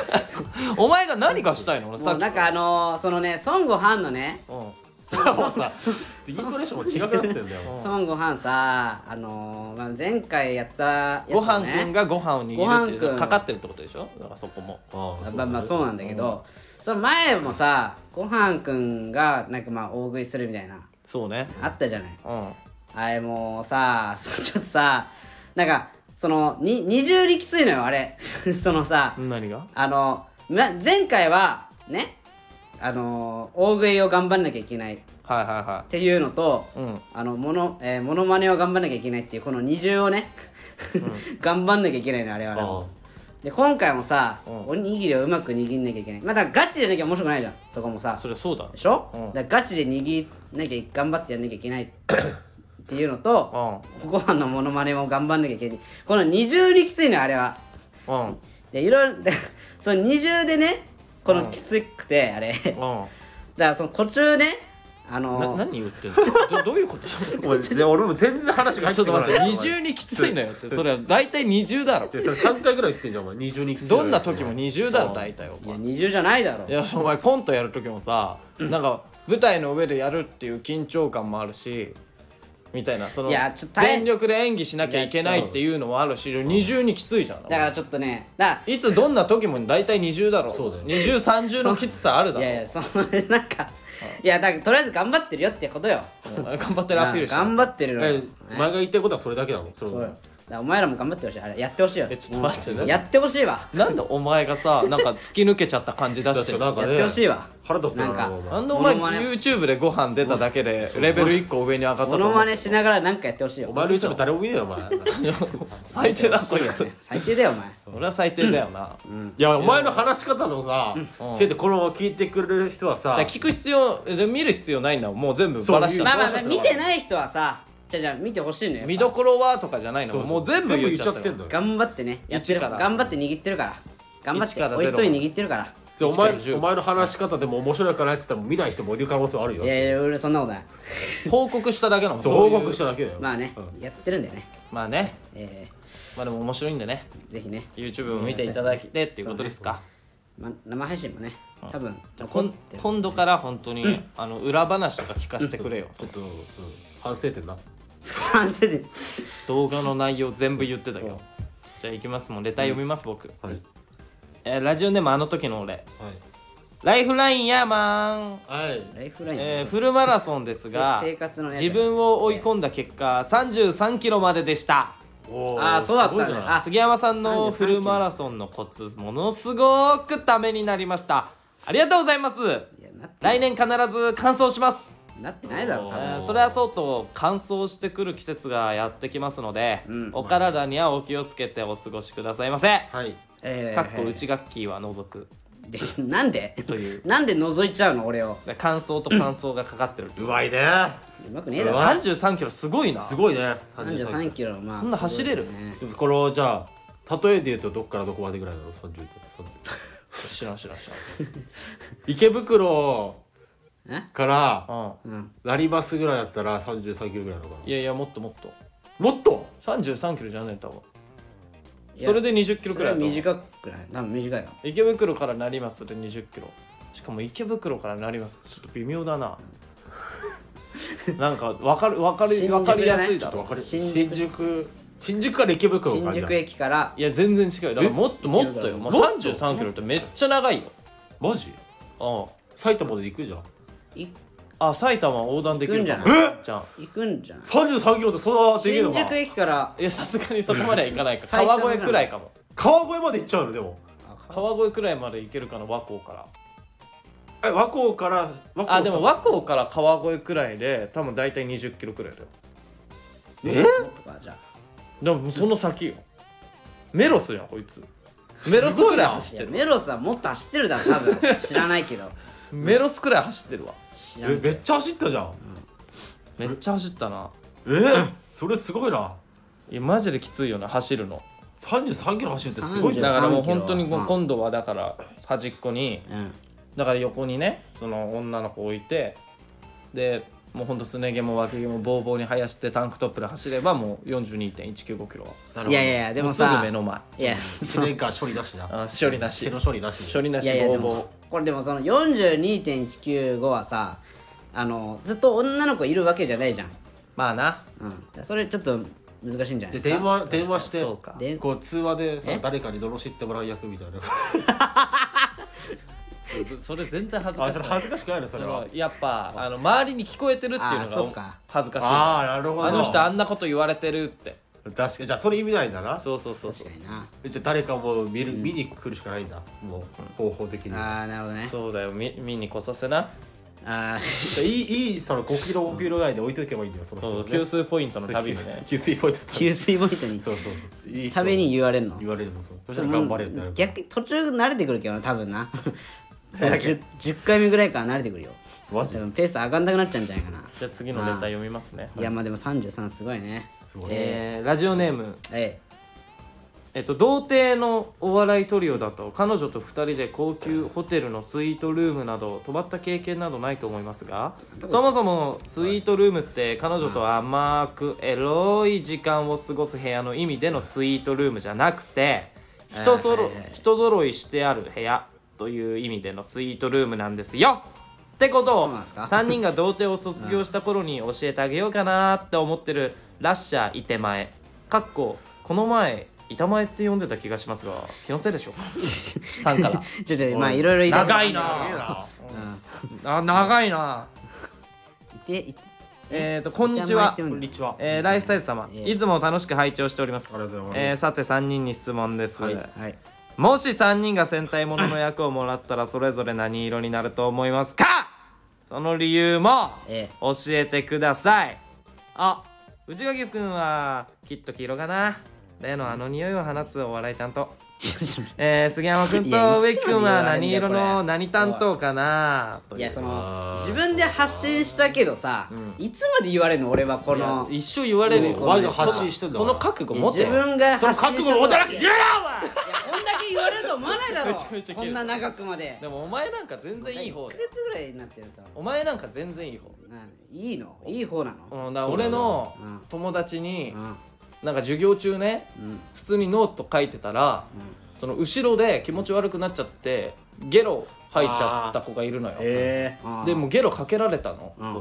B: お前が何がしたいの俺さ
A: も
B: っ
A: う
B: き
A: なんかあのー、そのね孫悟飯のね
B: うん
C: もうさイントネーションも違くなってんだよ
B: うん
A: 孫悟飯さあのーまあ、前回やったやつ
B: ご
A: を
B: 飯
A: ね
B: くんがご飯を握るって
A: ご飯
B: い
A: く
B: うんかかってるってことでしょだからそこも
C: あ
A: まあまあそうなん
C: だ
A: だけど、その前もさご飯くんがなんかまあ大食いするみたいな
B: そうね
A: あったじゃない
B: うん
A: あれもうさ そうちょっとさなんかそのに二重力ついのよあれ そのさ、
B: 何が
A: あの、ま、前回はねあの大食いを頑張んなきゃいけないっ
B: はいは
A: ていうのと、
B: いはいうん
A: あのもの、えー、モノマネを頑張んなきゃいけないっていうこの二重をね、 頑張んなきゃいけないのあれは
C: あ
A: ねで今回もさ、
B: うん
A: おにぎりをうまく握んなきゃいけないまあだからガチでなきゃ面白くないじゃんそこもさ
B: それそうだ
A: でしょ、
B: うん
A: だからガチで握んなきゃい頑張ってやんなきゃい けないっていうのと
B: う
A: ご飯のモノマネも頑張んなきゃいけないこの二重にきついのよあれは
B: んうん
A: でいろいろ でその二重でねこのきつくてあれ だか
B: う
A: らその途中ねあ
B: んな
A: の
B: 何言ってんのどどういうこと
C: お前全然俺も全然話が入
B: ちょって
C: っ
B: と
C: こ
B: 待
C: な
B: って
C: い
B: 二重にきついのよってそれは大体二重だろ
C: でそれ3回ぐらい言ってんじゃんお前二重にきついの
B: ど
C: よ
B: んな時も二重だろ大体お
A: いや
B: 前
A: 二重じゃないだろ
B: いやお前コントやる時もさなんか舞台の上でやるっていう緊張感もあるしみたいなその
A: いやちょっと大変
B: 全力で演技しなきゃいけないっていうのもあるし二重にきついじゃん
A: だからちょっとねだ
B: いつどんな時も大体二重だろ
C: そうだよ
B: 二重三重のきつさあるだ
A: い
B: ろ
A: やいやその なんかいやだからとりあえず頑張ってるよってことよ
B: お前頑張ってるアピールして
A: 頑張ってるのよ、
C: え前が言ってることはそれだけだもんそれ
A: そうよだからお前らも頑張ってほしいあれやってほしいよ
B: えちょっと待って
A: うん
B: なんで
A: やってほしいわ
B: なんでお前がさなんか突き抜けちゃった感じ出してる
C: 確かになんか
A: やっ
C: ね
A: てほしいわ
C: 腹立つ
A: なんか
C: お前
B: なんでお前
A: モノマネ
B: YouTube でご飯出ただけでレベル1個上に上がったと
A: モ
B: 思
A: ノ
B: う
A: マネしながらなんかやってほしいよ
C: お前の YouTube 誰も見ねえよお前
B: 最低だこいつ
A: 最低だよお前
B: 俺は最低だよな、
C: いやお前の話し方のさ聞いてこの聞いてくれる人はさ
B: だから聞く必要で見る必要ないんだもんもう全部
C: そう
B: バラしちゃ
A: まあ
B: っ
A: まあ
B: た
A: まあ見てない人はさじゃあじゃあ見てほしいのよやっぱ
B: 見どころはとかじゃないの
C: そそ
B: もう全部言っちゃったよ
C: 全部言っちゃってんだよ
A: 頑張ってねやってる
B: 一から
A: 頑張って握ってるから頑張っ
B: 一
A: て
B: からゼロ
A: おいしそうに握ってるから
C: でお
B: 一から十
C: 前お前の話し方でも面白いからって言ったら見ない人もいる可能性はあるよ
A: いやいや俺そんなことない
B: 報告しただけなの
C: そう報
B: そうい
C: 告
B: う
C: しただけだよ
A: まあね
C: うん
A: やってるんだよね
B: まあね
A: え
B: まあでも面白いんでね
A: ーぜひね
B: YouTube も見ていただいてっていうことですか
A: ま生配信もね多分
B: じゃあ
A: 残
B: こ
A: っ
B: ん
A: てる
B: 今度から本当に、あの裏話とか聞かせてくれよ、
C: ちょっと、うん、反省点な
A: 賛成で
B: 動画の内容全部言ってたけど、じゃあ行きますもうレター読みます、僕、
C: はいはい
B: えーラジオネームあの時の俺ライフラインヤーマン
C: はい
A: ライフライン、
B: えーフルマラソンですが
A: せ生活のね
B: 自分を追い込んだ結果33キロまででした
C: お
A: あーそうだったね
C: すごいじゃない
A: あ
B: 杉山さんの
A: 33
B: フルマラソンのコツものすごくためになりましたありがとうございます
A: いやなって
B: 来年必ず完走します、
A: なってないだろ
C: お
A: 多
B: え
A: 分
B: ーそれはそうと乾燥してくる季節がやってきますので、
A: うん
B: お体にはお気をつけてお過ごしくださいませ、
C: はい
A: え
B: かっこ
A: ち
B: 内楽器は除く
A: なんで
B: とい う
A: なんで覗いちゃうの俺を
B: 乾燥と乾燥がかかってる
C: うまいね
A: うまくねえだ
C: う
A: ろ
C: わ
B: 3 3キロすごいな
C: すごいね
A: 33キロまあ
B: そんな走れる
A: すごいよね
C: でもこれをじゃあ例えで言うとどっからどこまでぐらいなの30キロ
B: 知らん知らん知
C: 池袋
A: え
C: から
B: らん、うん、
A: うん
C: 成増ぐらいだったら33キロぐらいなのか
B: いやいやもっともっと
C: なもっと
B: 33キロじゃない多分
A: いや
B: それで20キロ
A: そ
B: く
A: れ
B: ら
A: は
B: いだと思う
A: 短くない多分短いよ
B: 池袋から成増で20キロしかも池袋から成増ちょっと微妙だななんか分かる分か
A: 新
B: る
A: 宿
B: 分かりやすい
A: じ
B: だ
A: ゃ
B: ろ
A: な
C: わかる
A: 新
C: 新
A: 宿
C: 宿新宿から池袋か
A: 新宿駅から
B: いや全然違うよだからもっともっとよもう3
C: もっと
B: 3キロってめっちゃ長いよ
C: マジ
B: あ
C: 埼玉まで行くじゃん
A: い
B: ああ埼玉横断できるか
A: 行
B: も
A: くんじ
B: じゃん
A: 行くんじゃん
C: 33キロってそんなできるの
A: 新
C: か
A: 宿駅から
B: いやさすがにそこまではいかないか
A: 埼玉な
B: 川
A: の
B: 越くらいかも
C: 川越まで行っちゃうのでも
B: 川越くらいまで行けるかな和光から
C: え和光から和光
B: あでも和光から川越くらいで多分大体20キロくらいだよ
C: え
A: とかじゃあ
B: でもその先よメロスやんこいつメロスくらい走
A: い
B: っ
A: や
B: てる
A: メロスはもっと走ってるだろ多分知らないけど
B: メロスくらい走ってるわ
A: 知ら
C: え
A: ん
C: めっちゃ走ったじゃん
B: めっちゃ走ったな
C: えそれすごいない
B: やマジできついよな走るの
C: 33キロ走るってすご
A: 33
C: いじ
A: キ
C: ゃ
A: ロ
C: ん
B: だからもう本当に
A: うん
B: 今度はだから端っこに
A: うん
B: だから横にねその女の子置いてでもうほんとすね毛も脇毛もボーボーに生やしてタンクトップで走ればもう42.195キロ
A: いやいやいやでも
B: もう
A: さ
B: すぐ目の前
A: いや
C: それか処理なしな
B: あ処理なし
C: 手の処理なし
B: 処理ないし
A: やいや
B: ボ
A: で
B: ーボー
A: もこれでもその42.195はさあのずっと女の子いるわけじゃないじゃん、
B: まあな
A: うん、だからそれちょっと難しいんじゃないで
C: で
A: す
C: 電
A: か
C: 話電話して
B: そうか
A: で
C: こう通話でさ
A: え
C: 誰かに罵ってもらう役みたいな
B: それ全然恥ずか
C: あ
B: し
C: そ
B: く
C: れ
B: ない
C: 恥ずかしくないの
B: そ
C: それ
B: れ
C: は
B: はやっぱあの周りに聞こえてるってい
A: あー
B: う
A: そ
B: の
A: う
B: が
A: か
B: 恥ずかしい
C: ああなるほど
B: あの人あんなこと言われてるって
C: 確かにじゃあそれ意味ないんだな
B: そうそうそうそ
A: 確
B: う
A: かにな
C: じゃあ誰かもう見る、見に来るしかないんだもう方法的に、
A: あーなるほどね
B: そうだよ見見に来させな
A: あー
C: いいいいその5キロ5キロぐらいで置いとけばいいんだよその
B: そう
C: 給
B: 給
C: 水
B: 水ポイントの旅にね
C: 給水ポイント
A: 給水ポイントに
C: そうそうそういい人
A: ために言われるの
C: 言われるのそうそし
A: そ
C: た
A: れ
C: ら
A: も
C: 頑張れよってなる
A: 逆に途中慣れてくるけどな多分 な 10, 10回目ぐらいから慣れてくるよ
C: マジ
A: 多分ペース上がんなくなっちゃうんじゃないかな
B: じゃあ次のネタ読みますね
A: いやまあでも33すごいね
C: すごいね
B: えーラジオネーム
A: え
B: えっと童貞のお笑いトリオだと彼女と2人で高級ホテルのスイートルームなど泊まった経験などないと思いますがそもそもスイートルームって彼女と甘くエロい時間を過ごす部屋の意味でのスイートルームじゃなくて人ぞろ
A: はいはいはい
B: 人揃いしてある部屋という意味でのスイートルームなんですよってこと
A: そう
B: を
A: なんですか
B: 3人が童貞を卒業した頃に教えてあげようかなって思ってるラッシャーいて前かっここの前板前って呼んでた気がしますが気のせいでしょうかさんから
A: えちょっとまあいろいろいろ
B: 長い
C: いい
B: な
C: な
B: あ長いない
A: ていて
B: えっ、とこんにちは
A: こ
C: こんにちは
B: えーライフサイズ様、
A: ええ
B: いつも楽しく拝聴しております
C: ありがとうございます
B: えーさて3人に質問です、
C: はい
A: はい
B: もし3人が戦隊ものの役をもらったらそれぞれ何色になると思いますかその理由も
A: え
B: 教えてくださいあ内垣君はきっと黄色かな例のあの匂いを放つお笑い担当えー、杉山君
A: いや
B: と植木君は何色の
A: いつまで言
B: 何
A: われんだよこれ
B: 担当かなと
A: いやその
C: あー
A: 自分で発信したけどさ、いつまで言われるの俺はこ
B: いや
A: の
B: 一生言われるよ
A: そうお前が
C: 発信してんだ
B: その覚悟持て
A: 自
B: よ
A: 分が
C: その
A: 発信
C: 覚悟を持たなきゃい
A: い
C: け
A: や
C: ない
A: い
C: な
A: や
C: おい
A: こんだけ言われると思わないだろ
B: めちゃめちゃ
A: こんな長くまで
B: でもお前なんか全然いい方
A: 1ヶ
B: で
A: 月ぐらいになってるさ
B: お前なんか全然いい方
A: ないいのいい方なの
B: うん、だから俺の
A: そうだねうん
B: 友達に
A: うん
B: なんか授業中ね
A: うん
B: 普通にノート書いてたらその後ろで気持ち悪くなっちゃってゲロ吐いちゃった子がいるのよ、
A: えー、
B: でもうゲロかけられたの、
A: うん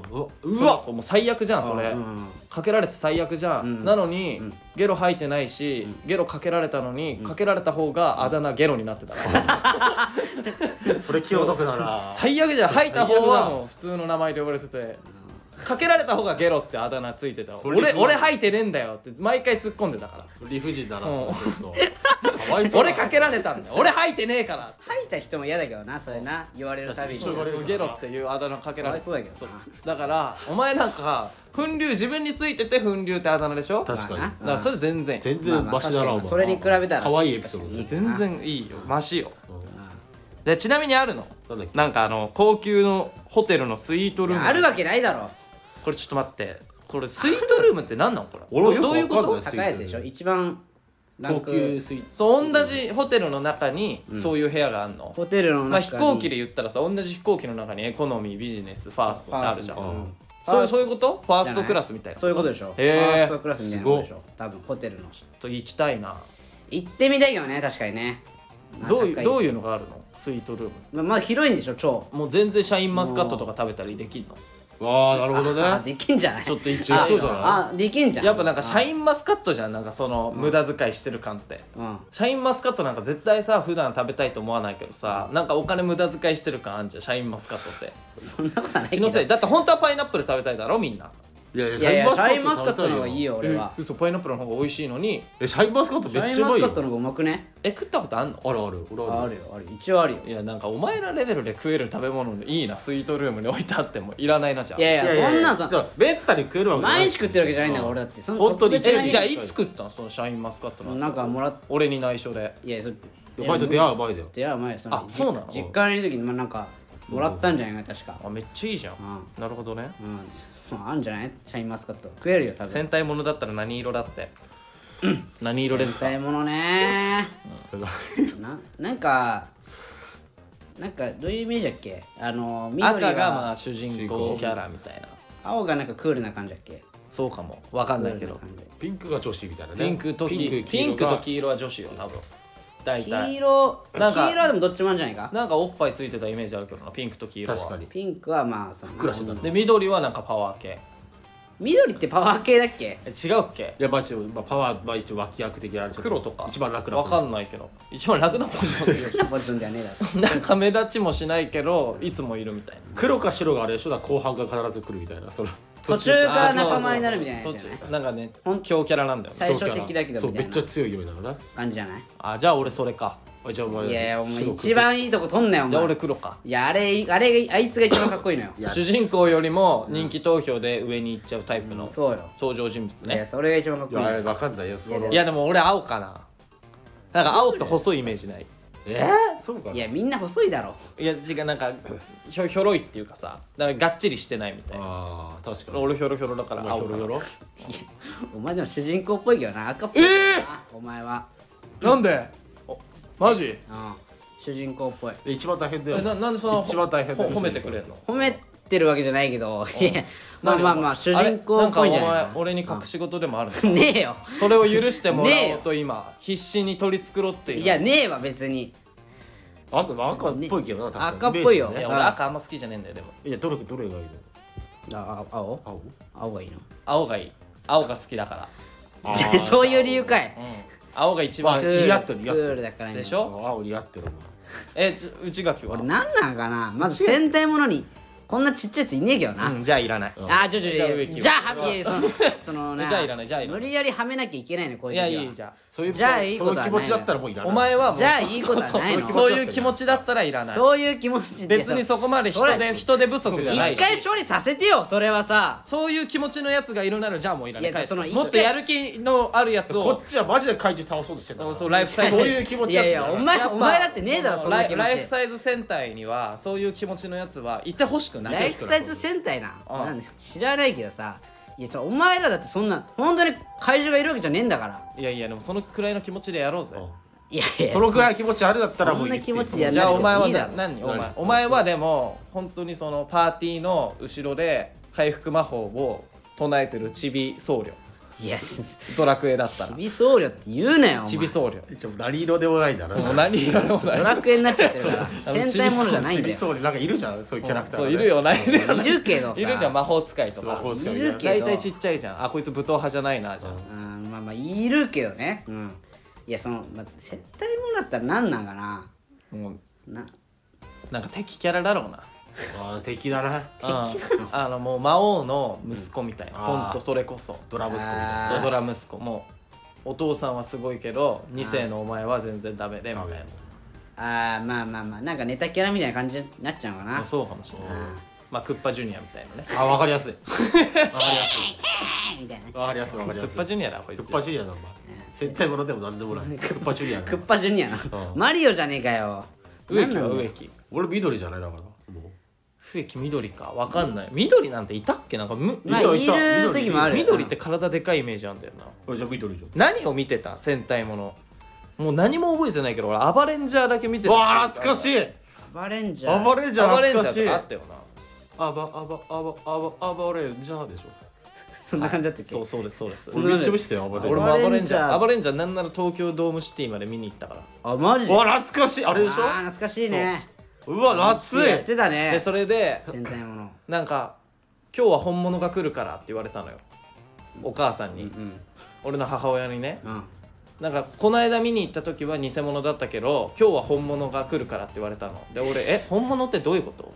B: うわもう最悪じゃんそれ、
A: うん
B: かけられて最悪じゃん、
A: ん
B: なのに、ゲロ吐いてないし、ゲロかけられたのに、かけられた方があだ名ゲロになってたから、
C: これ気を毒だ な
B: 最悪じゃん吐いた方はもう普通の名前で呼ばれてて、かけられた方がゲロってあだ名ついてた
C: それ
B: 俺
C: そう
B: 俺吐いてねえんだよって毎回突っ込んでたから
C: 理不尽だな
B: うん
C: それちょっとかわいそうだ
B: 俺かけられたんだよ俺吐いてねえからって
A: 吐いた人も嫌だけどなそれな言われるたびに
C: そう言われる
B: ゲロっていうあだ名かけられて
A: かわいそうだけどな
B: だからお前なんか粉流自分についてて粉流ってあだ名でしょだか
C: 確かに
A: まあな
B: らそれ全然
C: 全
A: まあ
C: 然
A: まあ
C: マシ
A: 確
C: だな
A: かに
C: お前
A: それに比べたら
C: 可愛いエピソード
A: 確
C: で
B: 全然いいよマシよ
C: うん
B: でちなみにあるの
C: なんだっけ
B: なんかあの高級のホテルのスイートルーム
A: あるわけないだろ
B: これちょっと待ってこれスイートルームって何なのこれ
C: 俺もよく
B: どういうこ
C: わかん
B: と
C: な
A: 高
C: い
A: いやつでしょ一番ラン
C: 高級
A: ク
C: スイーツ
B: そう同じホテルの中にそういう部屋があるの、
A: ホテルの中に、
B: まあ、飛行機で言ったらさ同じ飛行機の中にエコノミービジネスファーストってあるじゃん、
A: ファースト
C: うん
B: そうそういうことファーストクラスみたいな
A: そういうことでしょフ
B: へー
A: ァーストクラスみたいなことでしょ多分ホテルの
B: と行きたいな
A: 行ってみたいよね確かにねまあ
B: どういう
A: 高
B: どういうのがあるのスイートルーム
A: まあまあ広いんでしょ超
B: もう全然シャインマスカットとか食べたりできんの
C: わあなるほど
A: あ
C: ね
A: できんじゃない
B: ちょっと行き
C: あ
B: たい
C: そうじゃない
B: な
A: あできんじゃん
B: やっぱなんかシャ
A: ン
B: インマスカットじゃんなんかその無駄遣いしてる感って、
A: うん
B: シャインマスカットなんか絶対さ普段食べたいと思わないけどさなんかお金無駄遣いしてる感あんじゃんシャインマスカットって
A: そんなことはないけ
B: 気
A: ど
B: のせいだって本当はパイナップル食べたいだろみんない
C: やい
A: いやいやシャインマスカット
C: 食べた
A: の方がいいよ俺は
B: え嘘パイナップルの方が美味しいのに
C: えシャインマスカット
A: シ
C: め
A: ャ
C: っ
A: イ
C: ち
A: ン
C: ゃ
A: マ
C: うま
A: ス
C: い
A: カ
C: よ
A: ットの方がうまくね
B: え食ったことあんの
C: あるある俺
A: あ
C: あ
A: あ
C: る
A: るよあるよ一応あるよ
B: いやなんかお前らレベルで食える食べ物いいなスイートルームに置いてあってもいらないなじゃあ
A: いやいやそんなん
C: じゃ
A: さ
C: あめったに食えるわけない
A: 毎日食ってるわけじゃないんだから俺だってその
C: 本当に
A: 特別な
B: え
A: 日
B: じゃあいつ食ったのそのシャインマスカットの
A: なんかもらっ
B: 俺に内緒で
A: いやそれ
C: お前と出会う前だよ
A: 出会う前その
B: あそうなの
A: 実家にいる時にまあなんかもらったんじゃないかな確か
B: あめっちゃいいじゃん、
A: う
B: なるほどね
A: うんそうあんじゃないシャインマスカット食えるよ多分
B: 戦隊ものだったら何色だって、何色ですか
A: 伝え物ね ななんかなんかどういうイメージだっけあの緑
B: 赤
A: が
B: がまあ主人公キャラみたいな
A: 青がなんかクールな感じだっけ
B: そうかもわかんないけど
A: クールな感
C: ピンクが女子みたいなね
B: ピンクと黄ピン
C: 黄色
B: クと
C: が
B: 黄色は女子よ多分大
A: じ黄
B: 体
A: 色
B: なんか
A: 黄色はでもどっちもあるんじゃないか
B: なんかおっぱいついてたイメージあるけどなピンクと黄色は
C: 確かに
A: ピンクはまあその
C: クラスだね
B: で緑はなんかパワー系
A: 緑ってパワー系だっけ
B: え違うっけ
C: いやまあ一応まあパワーまあ一応脇役的な
B: 黒とか
C: 一番楽な
B: わかんないけど一番楽なポジションっていう
A: 変なポジションではねえだろ
B: なんか目立ちもしないけどいつもいるみたいな
C: 黒か白があれでしょだから後半が必ず来るみたいなその
A: 途中から
B: あそうそう
A: 仲間になるみたいなやつじゃない
B: 途中なんかね
A: ほん
B: 強キャラなんだよね
A: 最初敵だけど
C: そう
A: みた
C: め
A: い
C: っちゃ
A: な
C: 強いようなのな
A: 感じじゃない
B: あじゃあ俺それか
C: あじゃあお前
A: いやいやお前
C: 白黒
A: 一番いいとこ取んなよお
B: じゃあ
A: 前
B: 俺黒か
A: いやあれあれあいつが一番かっこいいのよ
C: いや
B: 主人公よりも人気投票で上に行っちゃうタイプの
A: そうよ
B: 登場人物
A: いや
B: ね
A: それが一番かっ
C: い
A: こいい
C: やあれ
A: の
C: わかんないよその
B: いやでも俺青かななんか青って細いイメージない
C: えーそうかない
A: やみんな細いだろ
B: いや違うなんかひょひょろいっていうかさなんかがっちりしてないみたいな
C: あー確かに
B: 俺ひょろひょろだから
C: お前
B: 青
C: ひょ
B: か
C: ろひょ
B: な
A: い
C: ろ
A: やお前でも主人公っぽいけどな赤っぽいけどな、
B: え
A: お前は、
B: なんでおマジ
A: うん、主人公っぽい
C: で一番大変だよ
B: えななんでその
C: 一番大変だよ
B: ほ褒めてくれるの
A: 褒めてるわけじゃないけどいやまあまあまあ主人
B: あれ
A: 公
B: な
A: っ
B: んか
A: ぽ
B: お
A: いんじゃ
B: 前
A: ないかな
B: 俺に隠し事でもあるの
A: ねえよ
B: それを許しても
A: ねえ
B: らお
A: よ
B: うと今必死に取り繕っている
A: いやねえわ別に
C: 赤赤っぽいけどな確かに
A: 赤っぽいよ
C: イ
B: い
C: メージね
B: や俺赤あんま好きじゃねえんだよでも
C: いやどれどれがいいの
A: ああ青
C: 青
A: 青がいいの
B: 青がいい青が好きだから
A: そういう理由かい
B: うん青が一番好
A: ク
B: き
C: ま
A: ール
C: 似合ってる似合ってる
A: クールだからいいの
B: でしょ
C: 青似合ってるもん
B: えち内垣は
A: 俺なんなんかなまず戦隊ものにこんなちっちゃいやついねえけどな、
B: うんじゃあいらない
C: ん
A: あーちょちょち
B: じゃあ
A: ょ
B: 植木を
A: じゃあはみその そのな
B: じゃあいらないじゃあいらない
A: 無理やりはめなきゃいけないのこう
B: い
A: いう時
B: や
A: はい
B: いじゃ
C: そういう
A: じゃあいいことはない
C: そういう気持ちだったらもういら
B: あ
C: ない
B: お前はもう
A: じゃあいいことはないの
B: そうそうそういう気持ちだったらいらない
A: そういう気持ちで
B: 別にそこまで人
A: そ
B: で
A: れ
B: 人手不足じゃない
A: 一
B: し
A: 回処理させてよそれはさ
B: そういう気持ちのやつがいるならじゃあもういらない
A: いや
B: 帰って
A: その一回
B: もっとやる気のあるやつ
C: こ
B: を
C: っちはマジで怪獣倒そうとしてたから
B: そうライフサイズ
C: そういう気持ち
A: い
C: だっ
A: や
C: た
A: いやお
C: から
A: 前
B: やっぱ
A: お前だってねえだろそんな
B: ラ
A: 気持ち
B: イライフサイズ戦隊にはそういう気持ちのやつはいてほしくない
A: ライフサイズ戦隊な
B: ああ
A: なんで知らないけどさいやそれお前らだってそんな本当に怪獣がいるわけじゃねえんだから
B: いやいやでもそのくらいの気持ちでやろうぜ
C: う
A: いやい
C: ん
A: や
C: そのぐらい気持ちあれだったらもういいって
A: そんな気持ちや
B: じゃあお前はい
A: いだ
B: な
A: ろ
B: 何お前
C: 何
B: お前はでも本当にそのパーティーの後ろで回復魔法を唱えてるチビ僧侶
A: いやち
B: ドラクエだったら
A: び僧侶って言うなよお前
B: ちび僧侶
C: ちょっと何色でもないんだな
B: もう何色でもな
A: ド
B: い
A: ラクエになっちゃってる か
B: あ
A: ら
B: の
A: 戦隊ものじゃないんだ
C: ちび
A: よ
C: そうになんかいるじゃんそういうキャラクター
B: そ
C: が
B: う
C: ね
B: いるよないるよない
A: るけどさ
B: いるじゃん魔法使いと
C: 魔
B: か
C: 法使い
A: い
C: が
A: るけど
B: 大体ちっちゃいじゃんあこいつ武闘派じゃないなじゃん
A: うんまあまあいるけどねうんいやその、まあ、戦隊ものだったら何なんかな
B: もう
A: な
B: なんか敵キャラだろうな
C: あー敵だ
B: う
C: な
B: んあのもう魔王の息子みたいな、
C: うん
B: ほんとそれこそ
C: ドラムスコみたい
A: あ
C: な
A: ー
B: そうドラ息子もお父さんはすごいけど2世のお前は全然ダメでみたいな
A: あーまあまあまあなんかネタキャラみたいな感じになっちゃうのか
B: まあ
A: な
B: そうかもしれないまあクッパジュニアみたいなね
C: あわかりやすいわかりやす
A: みたいない
C: わかりやすいわかり
B: ク
C: やすい
B: ッパジュニアだこいつ
C: クッパジュリアなんだ絶対ものでもなんでもないクッパジュリアなんだ
A: クッパジュニアな
C: うん
A: マリオじゃねえかよ
B: 植木は
A: 何なんだ
B: 植
A: よ
B: 木
C: 俺緑じゃないだからも
B: 植木緑かわかんない緑なんていたっけなんかむ
A: まあ
C: いた
A: い
C: いた
A: る時もある
B: 緑って体でかいイメージあんだよな
C: う俺じゃあ緑じゃん
B: 何を見てた戦隊ものもう何も覚えてないけど俺アバレンジャーだけ見てた
C: わあ懐かしい
A: 暴れんじゃ
C: ア
A: ん
C: バレンジャー
B: アバレンジャ
C: 懐かし
B: ー
C: い
B: とかあったよな
C: アバアバアバアバアバレンジャーでしょ
A: そんな感じだったっけ
B: そうそうですそうです
A: そんな
C: 俺めっちゃ見せてよアバレンジ
B: 俺
C: ャ
B: もアバ
A: アバ
B: レ
A: レン
B: ンジ
A: ジ
B: ャ
A: ャー
B: ーアバレンジャーなんなら東京ドームシティまで見に行ったか
A: あマジ
C: ーうわ懐かしいあれでし
A: あー懐かしいね
C: ょうわ夏い
A: やってた
B: ら
A: ね
B: でそれで
A: 戦隊もの
B: なんか「今日は本物が来るから」って言われたのよお母さんに、
A: うん
B: 俺の母親にね
A: うん
B: なんかこの間見に行った時は偽物だったけど今日は本物が来るからって言われたので俺「え本物ってどういうこと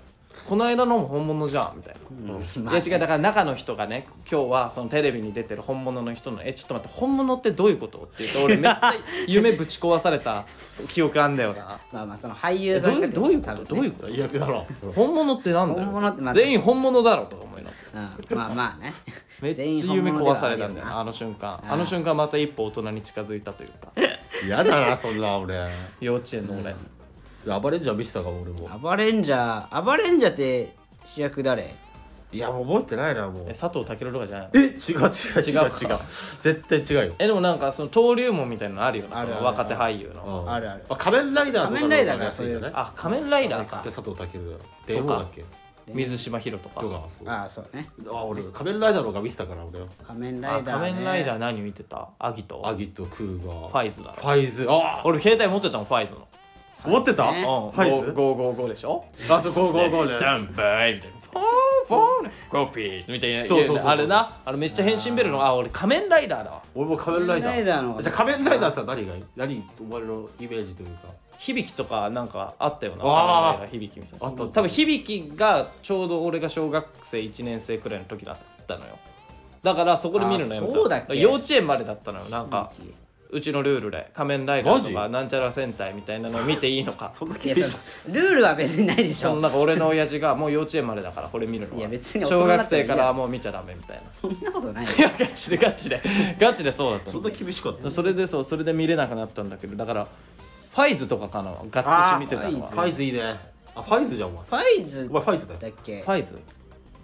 B: この間のも本物じゃん」みたいな。
A: うんまあ
B: いや違うだから中の人がね今日はそのテレビに出てる本物の人の「えちょっと待って本物ってどういうこと?」って言うと俺めっちゃ夢ぶち壊された記憶あんだよな
A: まあまあその俳
B: え
A: 優
B: ど
A: さ
B: うんい
A: が
B: うどういうこと、どういう
A: こ
B: こと
C: 最悪だろ
B: 本物ってなんだよ
A: 本物ってまあ
B: 全員本物だろとか思いながら
A: とまあまあね
B: めっちゃ
A: 全員本
B: 夢
A: 物で
B: 壊
A: は
B: さ
A: あ
B: れ
A: る
B: た
A: よ
B: んだよ
A: な
B: なあの瞬間
A: ー
B: あの瞬間また一歩大人に近づいたというか
C: う嫌だなそんな俺
B: 幼稚園の俺
C: アバレンジャー見せたかも俺も
A: アバレンジャーアバレンジャーって主役誰
C: いやもう覚えてないなもう
B: え佐藤健とかじゃないの
C: え違う違う違う違
B: 違う
C: う絶対違うよ
B: えでもなんかその登竜門みたいなのあるよな
A: あ
B: そ
A: るある
B: の若手俳優
C: う
B: の
C: ん
A: あるある
C: ま仮面ライダーとか
A: 仮面ライダーがそういう
C: の方安じゃない
B: あ仮面ライダーか
C: で佐藤健だよ電話だっけ
B: 水島ひろとか
C: とかそう
A: ああそうね
C: あ俺仮面ライダーの方が見せたから俺
A: 仮面ラ
B: あ
A: イダー、ね、
B: 仮面ライダー何見てたアギと
C: アギとクーガー
B: ファイズだ
C: フ
B: ろ
C: ァイズあ
B: 俺携帯持ってたもんファイズの
C: 持ってた
A: ね
B: うん
C: ファイズ
B: 555でしょ
C: ああそうゴーゴーゴ
B: ス
C: ーね
B: タンバイみたいなフォンフォンコピーみたいな
C: そうそうそうそう
B: あれなあれめっちゃ変身ベルのあ俺仮面ライダーだわ
C: 俺も仮面ライダー
A: 仮面ライダーの方が
C: じゃあ仮面ライダーって何がいい何お前のイメージというか
B: 響きとかなんかあったよな
C: あ
B: 仮面ライ
C: ー
B: ダー響きみたいな
C: あったあった
B: 多分響きがちょうど俺が小学生1年生くらいの時だったのよだからそこで見るのやめ
A: あ
B: た
A: そうだっけ
B: 幼稚園までだったのよなんかうちのルールで仮面ライダーと
C: マ
B: か
C: ジ
B: なんちゃら戦隊みたいなのを見ていいのか
C: そんない
A: や
C: 厳しい
A: そのルールは別にないでし
B: その
A: ょ
B: なんか俺の親父がもう幼稚園までだからこれ見るのはい
A: や別に大人
B: 小
A: にな
B: 学
A: ってもい
B: 生
A: いや
B: からはもう見ちゃダメみたいな
A: そんなことないよ
B: いやガチでガチでガチでそうだったの
C: そんな厳しかった
B: それでそうそれで見れなくなったんだけどだからファイズとかかなガッツし見てたのは
A: あ
C: フ
B: フ
C: ァイズいいねあファイズじゃんお前
A: ファイズ
C: お前ファイズだよ
A: だっけ
B: ァイズ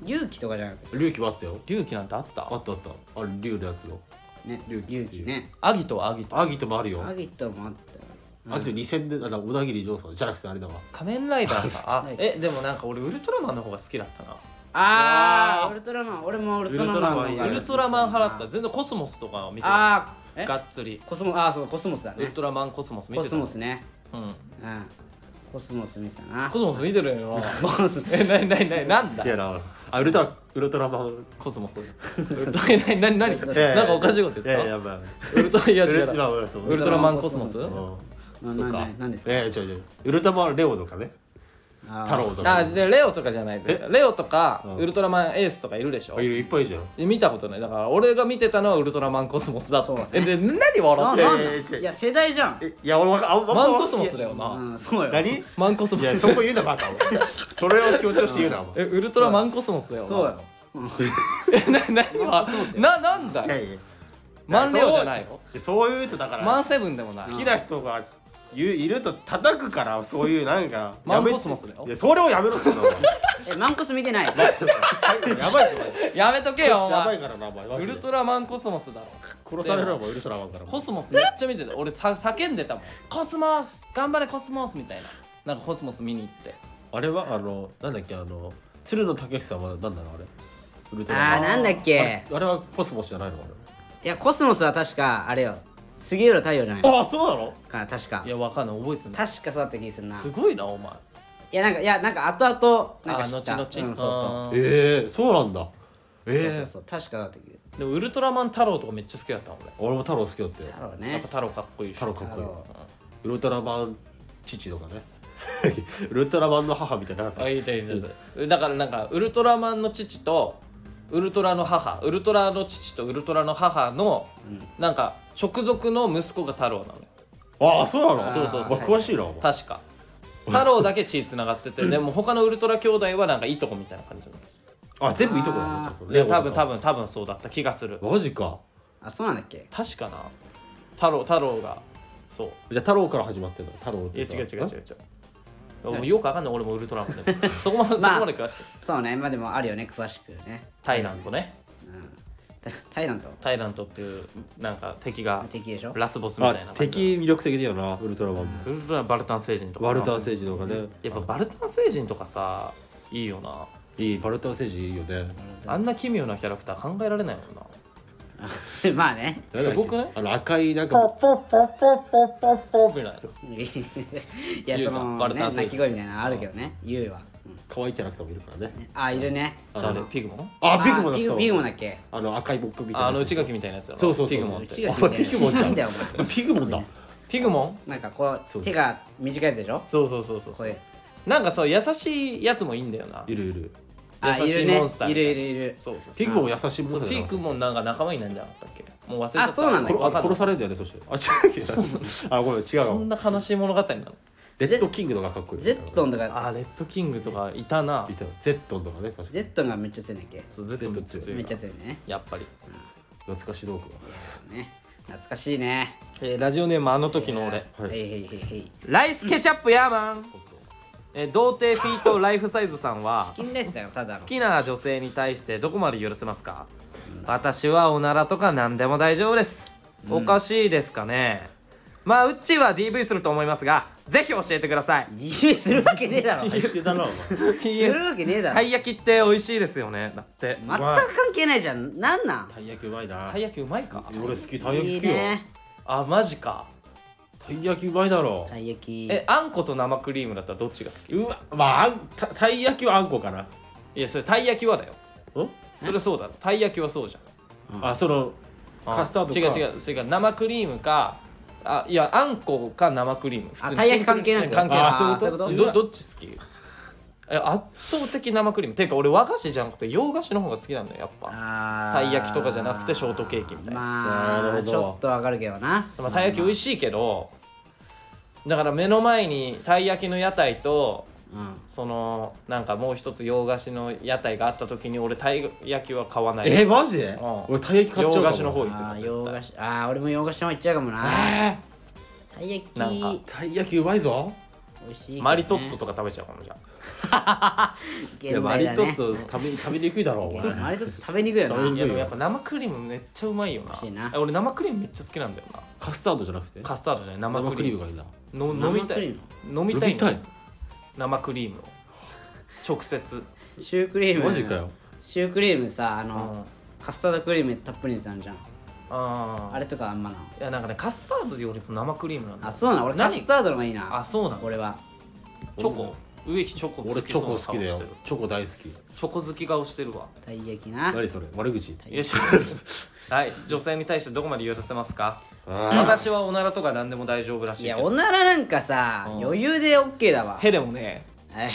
A: 勇気とかじゃなくて
C: 龍騎もあったよ
B: 龍騎なんてあった
C: あったあったあれ龍のやつよ
A: ね
C: 勇
A: 勇
C: 気
A: 気ね
B: アギトはアギト
C: アギトもあるよ
A: アギトもあったよ
C: アギト2000であだ小田切丈さんじゃなくてあれだわ
B: 仮面ライダーかあ
A: はい
B: えでもなんか俺ウルトラマンの方が好きだったな
A: あ
C: あ
A: ー
C: ー
A: ウルトラマン俺もウルトラマンの方が
C: あ
B: ウルトラマン派だった全然コスモスとかを見てた
A: あーえ
B: がっつり
A: コスモあーそうコスモスだ
B: ウル
A: ね
B: トラマンコスモス見
A: コ
B: て
A: ス
B: た
A: モスね
B: うん
A: うんコスモス見てたな
B: コスモス見てるよな
A: コスモ
B: えなになになになんだ
C: いやなあウルトラウルトラマン
B: コスモスえなになになに
A: い
C: やいや
B: なんかおかしいこと
C: い
B: 言
C: や
B: っ
C: い
B: た
C: やばい
B: ウルトラいや
C: ウ
B: 違
C: ル
B: う
C: ト
B: な
C: ラマンそう
B: ウルトラマンコスモス
A: ウルトラマンコスモス
C: うん
A: な
C: そう
A: な
C: か
A: ななんですか
C: ええ違う違うウルトラマンレオとかね
A: あー
C: 太郎とか
B: あじゃあレオとかじゃない
C: え
B: レオとか
C: うん
B: ウルトラマンエースとかいるでしょ
C: あいるいっぱいいるじゃん
B: 見たことないだから俺が見てたのはウルトラマンコスモスだった
A: そうね
B: えで何笑
A: な
B: っ
A: ん
B: てる
A: なん
C: いやいやい
A: だ
C: や
A: いや世代じゃん
C: えいや俺わかあんま
B: マンコスモスだよな
A: うんそうよ
C: 何
B: マンコスモ
C: いや
B: ス
C: そこ言うなバカお 前それを強調して言うなお
B: え
C: 前
B: ウルトラマンコスモスだよな
A: そうようん
B: えな何はななんだよ
C: いやいや
B: マンレオじゃないよ
C: でそういうとだから
B: マンセブンでもない
C: 好きな人が言ういると叩くからそういうなんか
B: マンコ
C: やめ
B: スモスだよ
C: いやそれをやめろっつう のお前
A: えマンコス見てない
C: やばいぞ
B: やめと
C: お
B: け
C: 前
B: よお
C: やばい
B: 前
C: からなお
B: ウ
C: 前
B: ルトラマンコスモスだろ
C: 殺されるわお前ウルトラマンから
B: コスモスめっちゃ見てた俺さ叫んでたもんコスモス頑張れコスモスみたいななんかコスモス見に行って
C: あれはあのなんだっけあの鶴野武さんはなんだろうあれウルトラマン
A: あーなんだっ
C: あれ
A: け
C: あれはコスモスじゃないのあれ
A: いやコスモスは確かあれよ杉浦太陽じゃない
C: ああそうなの
A: かな確か
B: いやわかんない覚えてない
A: 確かそうだった気がするな
B: すごいなお前
A: いやなんかいやなんか後々なんか知った
B: あ後々
A: うん、そうそう
B: あー
C: ええそうなんだ
A: そうそう
C: ええ
A: そう確かだった気がする
B: でもウルトラマン太郎とかめっちゃ好きだったの俺
C: 俺も太郎好きだったよ
A: だろう
B: やっ
A: ね
B: ぱ太郎かっこいいし
C: 太郎かっこいい
A: 太郎
C: ウルトラマン父とかね ウルトラマンの母みたいな
B: あいいだいいだいいだだからなんかウルトラマンの父とウルトラの母ウルトラの父とウルトラの母の、なんか直属の息子が太郎なのよ
C: ああそうな
A: あ
C: の
A: ー
C: そうそうそう
A: はい
C: 詳しいなお前
B: 確か太郎だけ血つながっててでも他のウルトラ兄弟はなんかいとこみたいな感じな
C: あ全部いいとこだな
A: あー
C: ちょっと
B: の
C: ね
B: いや多分多
C: 分
B: 分多分そうだった気がする
C: マジか
A: あそうなんだっけ
B: 確かな太郎太郎がそう
C: じゃあ太郎から始まってるの太郎っ
B: い
C: て
B: や
C: うか
B: 違う違う違う違うもうよくわかんない俺もウルトラマンで そこまで、
A: まあ
B: そこまで詳しく
A: そうねまあでもあるよね詳しくね
B: タイラントね
A: タタイラント
B: タイラントっていうなんか敵が
A: 敵でしょ
B: ラスボスみたいな
C: あ
B: 感じ
C: 敵魅力的だよなウルトラマンも
B: ウルトラバルタン星人とか
C: バルタン星人とかね
B: やっぱバルタン星人とかさいいよない
C: いバルタン星人いいよね
B: あんな奇妙なキャラクター考えられないもんな
A: まあね
B: すごくない
C: あの赤いなん
B: ポ
C: か
B: ッポッポッポッポッポッポッみたいない
A: や
B: ゆう
A: そ
B: ちゃん
A: の
B: バル
A: ね
B: タン星人
A: 鳴き声みたいなのあるけどねゆうは、うん
C: 可愛いキャラクターもいるからね
A: あいるね
C: あ
B: 誰
C: の
B: ピグモン
C: あピグモンだ
A: ピグ
C: そう
A: ピグモだっけ
C: あの赤いボックみたいな
B: あの内垣みたいなやつだな
C: そうそうそう
B: ピグモンっ
A: う
B: て
A: ちが聞いてる
C: ピグモンじゃん
A: なんだよお前
C: ピグモンだ
B: ピグモン
A: なんかこ
C: そう
A: う手が短いやつでしょ
B: そうそうそうそう
A: これ
B: なんかそう優しいやつもいいんだよない
C: るいる
A: あ
B: 優
A: い
B: しい
A: るね
B: モンスター
A: い
B: みた
A: る
B: いない
A: るいる
B: そうそう
C: ピグモン優しいも
B: そ
C: ん
B: う
C: だ
B: ピーク
C: ン
B: もなんか仲間になるんじゃなかったっけもう忘れちゃった
A: あそうなんだ
B: わかんない
C: 殺されるんだよねそしてあ違うけどあごめん違う
B: そん
C: わ
B: な悲しい物語なの
C: レッドキングとかかっこいい
A: ゼットンとか
B: あレッドキングとかいたない
C: たよゼットンとかね確か
A: ゼットンがめっちゃ強いんだっけ
B: そうゼットめっちゃ強
A: め
B: い
A: っちゃ
B: な
A: 強いね
B: やっぱり、
C: 懐かし道具が
A: ね懐かしいね
B: えーラジオネームあの時の俺
A: はいはいはいはい
B: ライスケチャップヤーマン、えー童貞ピートライフサイズさんは
A: チキンライスだよただ
B: 好
A: の
B: きな女性に対してどこまで許せますか私はおならとか何でも大丈夫ですおかしいですかね、まあうっちーは DV すると思いますがぜひ教えてくださ い
A: 自由するわけねえだろす
C: だなお前
A: るわけねえだろ
B: た
A: 全
B: い焼きって美味しいですよねだって
A: く関係ないじゃんなんなん
C: たい焼きうまいな
B: たい焼きうまいか
C: 俺好きたい焼き
A: いい
C: 好きよ
A: ね
B: あマジか
C: たい焼きうまいだろ
A: たい焼き
B: えあんこと生クリームだったらどっちが好き
C: うわまああんたたい焼きはあんこかない
B: やそれたい焼きはだよ
C: ん
B: それそうだたい焼きはそうじゃん
C: あその
B: あ
C: カスタードか
B: 違う違うそれから生クリームかあいやあんこか生クリーム普
A: あ
B: に
A: たい焼き関係ないんだ
B: 関係ない
C: あーそういうこと
A: あーそういう
B: どどっち好きえ圧倒的生クリームていうか俺和菓子じゃなくて洋菓子の方が好きなんだよやっぱ
A: あ
B: たい焼きとかじゃなくてショートケーキみたいな
A: ま
C: な
A: あ
C: るほど
A: ちょっとわかるけどな
B: まあたい焼き美味しいけどだから目の前にたい焼きの屋台と
A: うん
B: そのなんかもう一つ洋菓子の屋台があった時に俺たい焼きは買わない
C: えマジで
B: うん
C: 俺たい焼き買っちゃうか
B: 洋
C: も
B: 菓子の方行くな
A: あー
B: 絶対
A: 洋菓子あー俺も洋菓子の方行っちゃうかもな
C: え
A: たい焼き
B: なんか
A: 美
C: ーたい焼きうまいぞ
A: 味しいけどね
B: マリトッツォとか食べちゃうかもじゃあ
C: いや
A: 現
C: マ
A: 代
C: リ
A: だ
C: トッ
A: ね
C: ツォ食べ 食べにくいだろお 前
A: マリトッツォ食べにくいよ
C: 食
A: な
C: べ
B: いうや
C: ん
B: でもやっぱ生クリームめっちゃうまいよ
A: 美味しい
B: な
A: な
B: 俺生クリームめっちゃ好きなんだよな
C: カスタードじゃなくて
B: カスタードね生
C: 生
B: ク
C: ク
B: リ
C: リ
B: ー
C: ー
B: ム
C: ムがいいな
B: の飲みたい
A: 生ク
B: 飲みたい
C: 飲み
B: の
C: たい
B: 生クリームを直接
A: シュークリーム
C: マジかよ
A: シュークリームさあ
B: う
A: の
B: ん
A: カスタードクリームたっぷりのやつあるじゃん
B: あ
A: あ
B: あ
A: れとかあんまない
B: やなんかねカスタードよりも生クリームなんだ
A: あそうなの俺カスタードの方がいいな
B: あそうなの
A: 俺は
B: チョコ植木チョコ
C: 俺チョコ好きだ
B: そうな顔し
C: よ
B: てる
C: チョコ大好き
B: チョコ好き顔してるわ
A: たい焼きな
C: 何それ悪口
B: よしはい女性に対してどこまで許せますか
C: あ
B: 私はおならとか何でも大丈夫らしい
A: い
B: け
A: や
B: ど
A: おならなんかさ
B: うん
A: 余裕でオッケーだわ
B: ヘでもね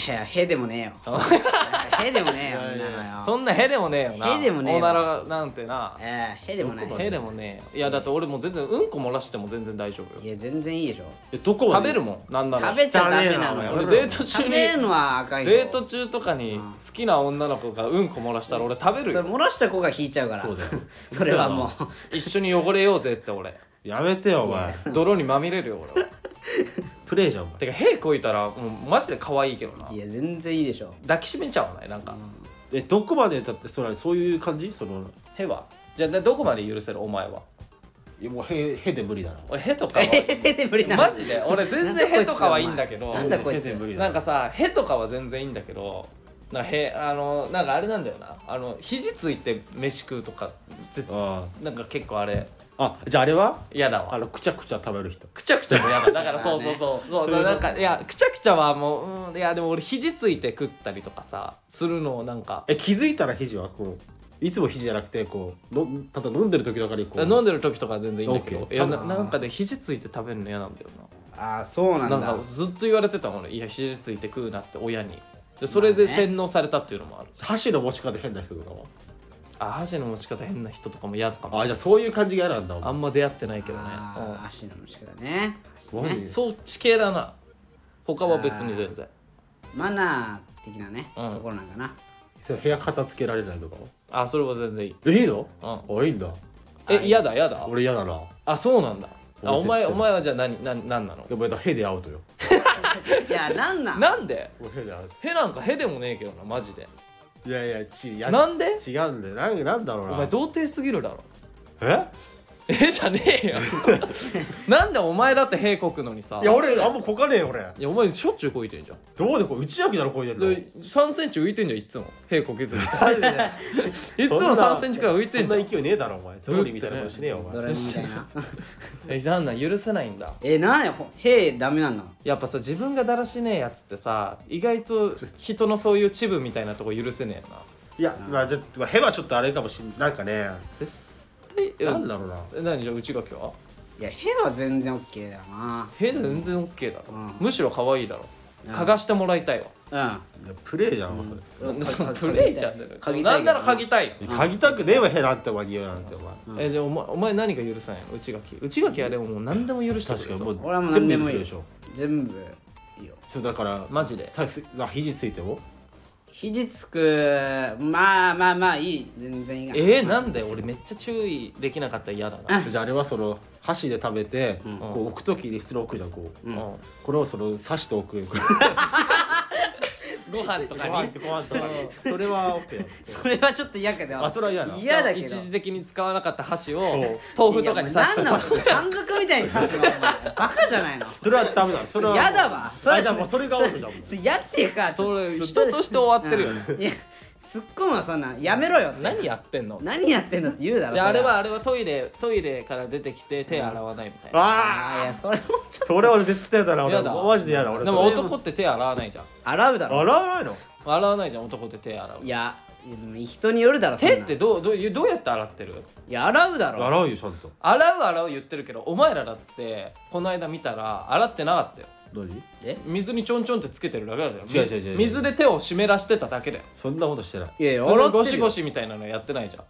A: いやへでもねえよへでも ねえよ
C: いやいやいや
A: そんなのよ
B: そんなヘでもねえよな
A: 屁でもね
B: お
A: えわ
B: ならなんてな
A: えーへでもない
B: へでもねいやだって俺もう全然うんこ漏らしても全然大丈夫
A: い
B: よ
A: や全然いいでしょ
C: えどこま
B: 食
C: で
B: べるもんなんなら
A: 食べちゃダメなの
C: 汚ねえ
A: よ
B: 俺デート中
A: 食
B: に
A: べるのはあかんよ
B: デート中とかに好きな女の子がうんこ漏らしたら俺食べる
A: それ
B: よ
A: 漏らした子が引いちゃうから
C: そうだよ
A: それはもう
B: 一緒に汚れようぜって俺
C: やめてよお前
B: 泥にまみれるよ 俺は
C: プレイじゃんお前
B: てか屁こいたらもうマジで可愛いけどない
A: や全然いいでしょ
B: 抱きしめちゃわないなんか
C: えどこまでだってそれそういう感じその
B: 屁はじゃあでどこまで許せるお前はい
C: やもうへへで無理だな
B: 俺屁 とかは
A: へで無理なの
B: マジで俺全然屁とかはいいんだけど
A: なんだこいつ
C: へで無理だ
B: なんかさ、へとかは全然いいんだけど、なんかへあのなんかあれなんだよな、あの肘ついて飯食うとか絶
C: あ
B: なんか結構あれ
C: あじゃああれは
B: 嫌だ
C: あ
B: わ
C: のくちゃくちゃ食べる人
B: くちゃくちゃも 嫌だだからそうそうそうそう
C: そういうこと
B: なんかいやくちゃくちゃはもう、うん、いやでも俺肘ついて食ったりとかさするのをなんか
C: え気づいたら肘はこういつも肘じゃなくてこうのただ飲んでる時とかにこう
B: 飲んでる時とかは全然いいんだけど
C: オッ
B: い
C: ケー
B: やななんかで肘ついて食べるの嫌なんだよな
A: ああそうなん
B: な
A: だ
B: んかずっと言われてたもんねいや肘ついて食うなって親にでそれで
A: まあね
B: 洗脳されたっていうのもある、
C: 箸の持ち方変な人とかは
B: あ箸の持ち方変な人とかも嫌かも
C: あじゃあそういう感じが嫌なんだ
B: あんま出会ってないけどね
A: あー足の虫からね足
C: マジ
B: う
A: ね
B: んそっち系だな他は別に全然
A: マナー的なね、
B: うん
A: ところなんかな
C: それ部屋片付けられないとかは
B: あそれは全然いい
C: えいいの
B: う
C: あいいんだ
B: え嫌だ嫌だ
C: 俺嫌だな
B: あそうなんだあ
C: 俺
B: お前
C: 絶
B: お
C: 対
B: 前はじゃあ何何何なの
C: でもだヘでアウトよ
A: いやなんなん
B: なんで
C: 俺ヘでアウ
B: へなんかへでもねえけどなマジで
C: トいやいやちや
B: なんで
C: 違うんだよなんなんだろう
B: お
C: な
B: 前童貞すぎるだろ
C: え
B: えじゃね えよなんでお前だってへこくのにさ
C: いや俺あんまこかねえよ俺
B: いやお前しょっちゅうこいてんじゃん
C: どうでこう内訳だろこう言ってんの
B: で3センチ浮いてんじゃんいつもへこけずに い
C: なんでだよ
B: つも3センチくらい浮いてんじゃん
C: そんな勢いねえだろお前ゾーリーみたいなことしねえよお
A: ド
C: 前
A: ラえもんみたいな
B: えなんなん許せないんだ
A: えなんやほへえダメなの
B: やっぱさ自分がだらしねえやつってさ意外と人のそういうチブみたいなとこ許せねえない
C: やまあじゃまあヘはちょっとあれかもしんなんかね
B: 絶対
C: なんだろうな
B: え何じゃあ内垣はい
A: やへは全然オッケーだよな
B: へで全然 OK だろ、
A: うん
B: むしろ可愛いだろ
A: うん
B: 嗅がしてもらいたいわ、
C: いやプレイじゃんお前それ
A: うん
B: その
A: か
B: プレイじゃん
A: 嗅ぎたい
B: なんなら嗅ぎたいよ、
C: 嗅ぎたくねえわヘラってお前匂いなんてお前
A: うん
B: えじゃあお前お前何が許さんや内垣内垣はでももう何でも許してく
C: 確
B: れ
C: かに
B: そ
C: も
B: う
C: う
A: 俺はもう何でもいい
C: 全部許せるでしょ
A: 全部いいよ
C: そうだから
B: マジで
C: さすあ肘ついても
A: 肘つくまあまあまあいい全然いいが
B: えー、なんで俺めっちゃ注意できなかったら嫌だな、
C: じゃああれはその箸で食べて、
A: ん
C: こう置くときに室に置くじゃんこう、
B: うん
C: これをその刺しておくご
B: ご飯とか
C: 飯
B: に
C: とご飯とかそれは OK だ
A: それはちょっと嫌けど
C: あそれは嫌だ
A: 嫌だけど
B: 一時的に使わなかった箸を
A: 豆
B: 豆腐とかに刺して
A: 何なの
B: 刺して
A: 山賊みたいに刺すのお前バカじゃないの
C: それはダメだそれは
A: やだわそれ
C: あじゃあもうそれがオ フだもん
A: それ嫌っていうか
B: それ人として終わってるよ、
A: いや突っ込むわそんなんやめろよって
B: 何やってんの
A: 何やってんのって言うだろ
B: じゃああ
A: そ
B: れはあれはトイレトイレから出てきて手洗わないみたいな、
A: あーい
C: あ
A: やそれも
C: あそれ俺絶対やだな
B: や
C: 俺
B: だ
C: マジでやだ俺
B: でも
C: それ
B: 男って手洗わないじゃん
A: 洗うだろ
C: 洗わないの
B: 洗わないじゃん男って手洗う
A: いやでも人によるだろそんな
B: 手ってどうどうどうやって洗ってる
A: いや洗うだろ
C: 洗うよちゃんと
B: 洗う洗う言ってるけどお前らだってこの間見たら洗ってなかったよ
C: 何
A: え
B: 水にちょんちょんってつけてるだけだよ
C: 違う違う違う違う
B: 水で手を湿らしてただけだよ
C: そんなことしてない
A: いやいや洗ってるよ
B: ゴシゴシみたいなのやってないじゃん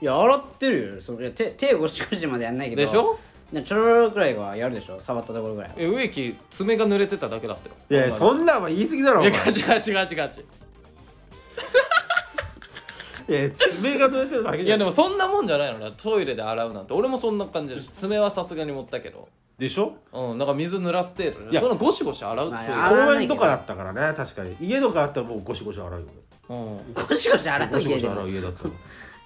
A: いや洗ってるよそのいや手手ゴシゴシまでやんないけど
B: でしょ
A: でもちょろろくらいはやるでしょ触ったところぐらい
B: え植木爪が濡れてただけだったよ
C: いやいやそんなんは言い過ぎだろお
B: い
C: 前
B: やガチガチガチガチ
C: いや爪が取れてるだけ
B: い
C: じゃ
B: や
C: ん
B: でもそんなもんじゃないのねトイレで洗うなんて俺もそんな感じだし爪はさすがに持ったけど
C: でしょ
B: うんなんか水濡らす程度
C: い
B: で
C: や
B: そのゴシゴシ洗うっていう
A: まあ洗わ
C: 公
A: ないけ
C: 園
A: ど
C: とかだったからね確かに家とかあったらもうゴシゴシ洗うよ
B: うん
A: ゴシゴシ洗う
C: ゴシゴ
A: 家
C: シ
A: で
C: 洗
A: も
C: う家だったら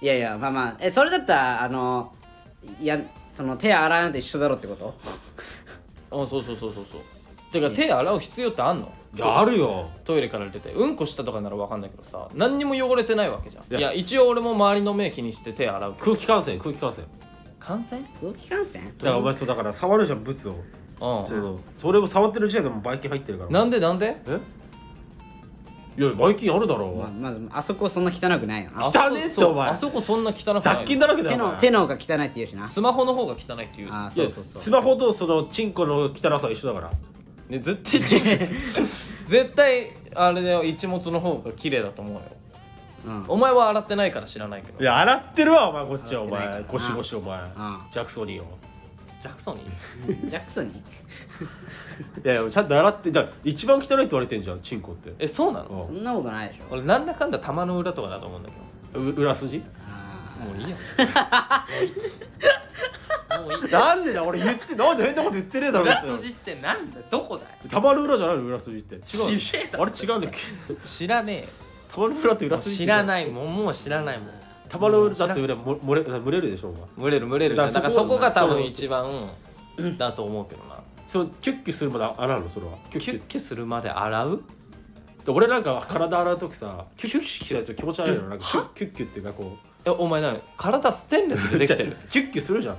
A: いやいやまあまあえそれだったらあのいやその手洗うのと一緒だろってこと
B: うんそうそうそうそうそうてか手洗う必要ってあんの
C: いやあるよ
B: トイレから出てうんこしたとかならわかんないけどさ何にも汚れてないわけじゃんい
C: いや
B: や一応俺も周りの目気にして手洗う
C: 空気感染空気感染
B: 感染
A: 空気感染
C: だからお前そうだから触るじゃんブツをそうのそれを触ってる時点でもうばい菌入ってるから
B: んなんでなんで
C: えいやばい菌あるだろお
A: ま
C: 前
A: あ、まずあそこそんな汚くないよな
B: あそこ
C: 汚ねえって
B: そう
C: お前
B: あそこそんな汚くない
C: 雑菌だらけだ
A: 手
C: よお
A: の
C: 前
A: 手の方が汚いって言うしな
B: スマホの方が汚いっていう
A: あー
C: い
A: そう
C: や
A: そうそう
C: スマホとそのチンコの汚さは一緒だから
B: ね、絶対ち 絶対あれだよ一物の方が綺麗だと思うよ
A: うん
B: お前は洗ってないから知らないけど
C: いや洗ってるわお前こっちはお
A: 洗ってない
C: 前
A: からな
C: ゴシゴシお前
A: ん
C: ジャクソニーを
B: ジャクソンに
A: ジャクソンに
C: いやいやちゃんと洗ってじゃあ一番汚いって言われてんじゃんチンコって
B: えそうなの
C: う
A: そんなことないでしょ
B: 俺なんだかんだ玉の裏とかだと思うんだけ
C: う裏筋
A: あ
B: どもういいよもういいもういい
C: なんでだ俺言ってなんで変なこと言ってねえだろ
B: 裏
C: 別に
B: 筋ってなんだどこだよ
C: 玉の裏じゃないの裏筋って違うの
B: 知れた
C: あれ違うんだっけ
B: 知らね
C: 玉の裏って
B: えよ
C: 裏筋
B: 知ら
C: い
B: ないもんもう知らないもん
C: 玉の裏だって裏も漏れ漏れるでしょお前
B: 蒸れる蒸れるじゃんだ
C: だ
B: か
C: からら
B: そ
C: そ
B: こ
C: こ
B: が多分一番だと思うけどな
C: そうキュッキュするまで洗うのそれは
B: キュッキュするまで洗う
C: で俺なんか体洗う時さキュッキュッキュッしたらちょっと気持ち悪いのなんかキュッキュッキュッっていうかこう
B: えお前何体ステンレスでできてる
C: キュッキュッするじゃん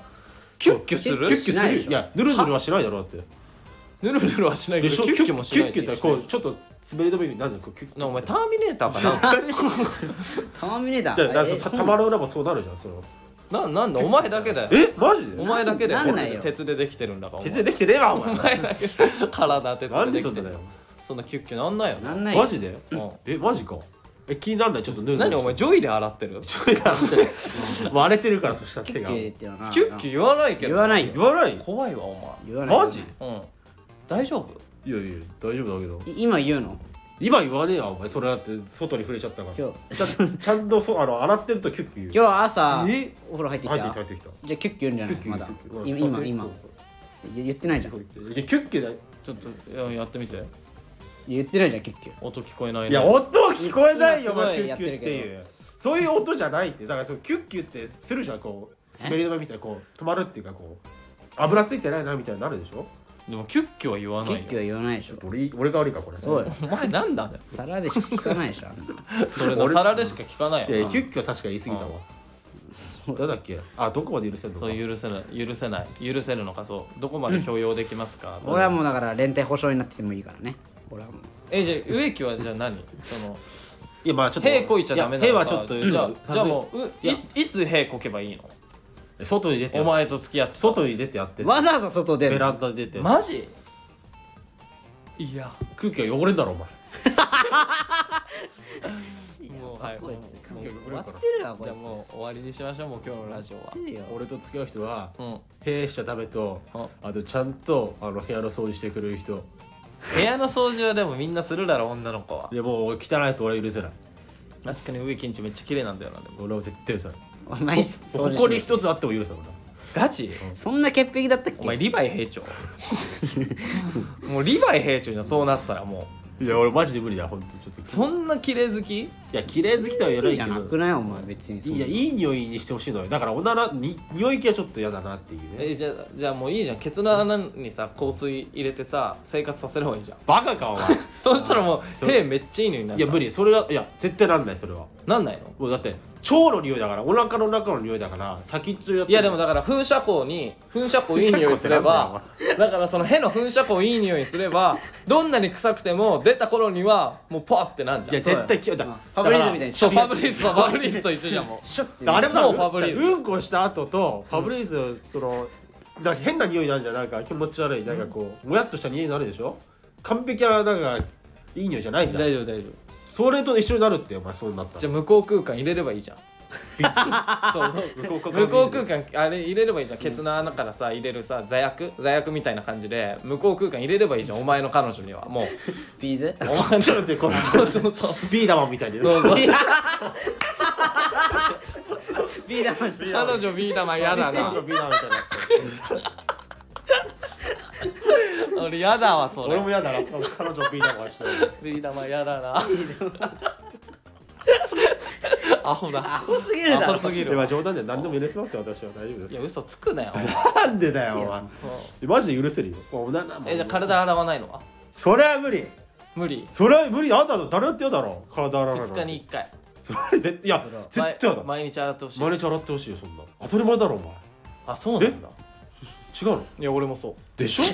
B: キュッキュする
C: キュッキュ
A: しな
C: す
A: いで
C: るよ
A: しょ
C: いやヌルヌルはしないだろだって
B: ぬるぬるはしないけ
C: で
B: ど
C: し
B: キ
C: ょ
B: ュッキュもしない
C: キュッキュッってこうちょっと滑り止めになるじゃんこうキュッキュッ
B: なお前ターミネーターか
A: ターミネータ
C: じゃ
A: ー
C: あだか
A: え
C: らさ
A: そう
C: たまる裏もそうなるじゃんその
B: ななんなんだお前だけだよ
C: えマジで
B: お前だけだよ
A: なんないよ
B: 鉄でできてるんだからお前
C: 鉄でできてねえわお
B: お
C: 前
B: 前だけ体鉄
C: なん
B: で
C: で
B: でき
C: そん
B: て
C: なだ
B: る
C: よ
B: そんなキュッキュなんないよ
A: なんないよ
C: マジで
B: うん
C: えマジかえ気になんないちょっとヌルヌル
B: 何お前ジョイで洗ってるキ
C: これだって割れてるからそしたら
A: キ
C: 手
A: ュッ
C: が
A: キュっていうのはな
B: ュッキュ言わないけど
A: 言わない
C: 言わない
B: 怖いわお
A: 言わない
C: マジ
B: 前うん大丈夫
C: いやいや大丈夫だけど
A: い今言うの
C: 今言わねえわお前それだって外に触れちゃったから
A: 今日
C: ちゃんちゃんとそうあの洗ってるとキュッキュッ
A: 今日朝
C: え
A: お風呂入ってき
C: 入
A: た
C: ってきた
A: じゃあ
C: 入ってきた
A: キュッキュ言うんじゃな
C: キ
A: い
C: ュッキュ
A: まだ
C: キュッキュ
A: 今今言言ってないじゃん
C: いやキュッキュだよ
B: ちょっとややってみて
A: 言ってないじゃんキュッキュ
B: 音聞こえないね
C: いや音聞こえないよ、
A: 今
C: まあ、
A: す
C: キ
A: ご
C: ュ
A: いやっ
C: ッキ
A: て
C: ュ
A: る
C: っ
A: け
C: て
A: ど
C: いうそういう音じゃないってだからそのキュッキュってするじゃんこう滑り止めみたいなこう止まるっていうかこう油ついてないなみたいになるでしょ
B: でもキュッキュは言わ
A: キ
B: な
A: ュッ
B: い
A: キュ
B: よ
A: は言わないでしょ
C: 俺俺が悪いかこれ
A: そうよ
B: お前なんだね
A: 皿でしか聞かないでしょあんな
B: それの
C: 俺
B: 皿でしか聞かない
C: いやい
B: よ
C: やキュッキュは確か言い過ぎたわ誰だっけあどこまで許せるのか
B: そう許せない許せない許せるのかそうどこまで許容できますか
A: 俺はもうだから連帯保証になっててもいいからね俺はもう
B: えじゃあ植木はじゃあ何その
C: いやまあちょっと
B: 屁こいちゃダメなの
C: い
B: さ
C: や屁はちょっと
B: じゃあじゃあもうう
C: いや
B: いいつ屁こけばいいの
C: う外に出て
B: お前と付き合って
C: 外に出てやって
A: わざわざ外出
C: ベ
A: る
C: ランダに出て
B: マジいや
C: 空気が汚れんだろお前
B: もうはい
A: こい
B: もう
A: つ
C: もう
A: 終わってるわこい
B: じゃあ
A: つ
B: もう終わりにしましょうもう今日のラジオは
A: 終わってるよ
C: 俺と付き合う人は
B: うん
C: 屁しちゃダメと
B: あ
C: あとちゃんとあの部屋の掃除してくれる人
B: 部屋の掃除はでもみんなするだろ女の子は
C: でもう汚いと俺は許せない
B: 確かに植木んちめっちゃ綺麗なんだよなでも
C: 俺は絶対許せない
A: お前掃除
C: こ
A: し
C: こに一つあっても許せない
B: ガチ
A: そんな潔癖だったっ
B: お前
A: け
B: リヴァイ兵 長もうリヴァイ兵長にはそうなったらも
C: いや俺マジで無理だ本当にちょっ
B: う
C: と
B: そんな綺麗好き
C: いや綺麗好きとは言わないい
A: い
C: け
A: じゃ
C: ど
A: なくないお前別にそん
C: い
A: な
C: やいい匂いにしてほしいのよだからおならに匂い気はちょっと嫌だなっていうね
B: えじゃあじゃあもういいじゃんケツの穴にさ香水入れてさ生活させる方がいいじゃん
C: バカかお前
B: そうしたらもう
C: そう
B: 屁めっちゃいいのになる
C: いや無理それはいや絶対なんないそれは
B: なんないの
C: もうだって腸の匂いだからお腹の中の匂いだから先っちょやって
B: いやでもだから噴射口に噴射口いい匂いすればだからその屁の噴射口いい匂いすればどんなに臭くても出た頃にはもうパーってなんじゃん
C: いや
A: そうよ
C: 絶対嫌いだ
A: うんファブリーズみたいに
B: ちょファブリーズとファブリーズと一緒じゃんもう
A: シュッてね
C: あれもだから
B: もうファブリーズ
C: うんこした後とファブリーズ、そのだから変な匂いなんじゃんなんか気持ち悪いなんかこうもやっとした匂いになるでしょ完璧ななんかいい匂いじゃないじゃん
B: 大丈夫大丈夫
C: それと一緒になるってお前そうなった
B: じゃ
C: ら
B: あ向こう空間入れればいいじゃん そうそう
C: 向こ
B: 向こう
C: 空
B: 空間あれ入れればいいじゃんケツの穴からさ入れるさ座薬座薬みたいな感じで向こう空間入れればいいじゃんお前の彼女にはもう
A: ビーズ
B: お前の
C: ちょっと待ってこれ
B: そうそうそう
C: ビーダマンみたいに
B: そうそう
A: ビーダマンし
C: ビーダマン
B: 彼女ビー玉嫌だな
C: ビーダマンみたいな
B: 俺嫌だわそれ
C: 俺も嫌だな彼女ビーダマンして
B: ビー玉嫌だな アホ
A: ア
B: だ
A: ホすぎるだ
B: ア
A: ろ
B: ホすぎる
C: いや冗談で何でも許せますよ私は大丈夫
B: い
C: で
B: や嘘つくなよお前
C: すなんでだよお前マジで許せるよおなな
B: えじゃあ体洗わないのは
C: それは無理
B: 無理
C: それは無理あんた誰やってやだろ体洗うの
B: 2日に1回
C: それ絶対いや絶対やだ毎
B: 毎毎日洗ってほしい
C: 日洗ってほしいよそんな当たり前だろお前
B: あそうなんだ
C: 違うの
B: いや俺もそ
C: で しょな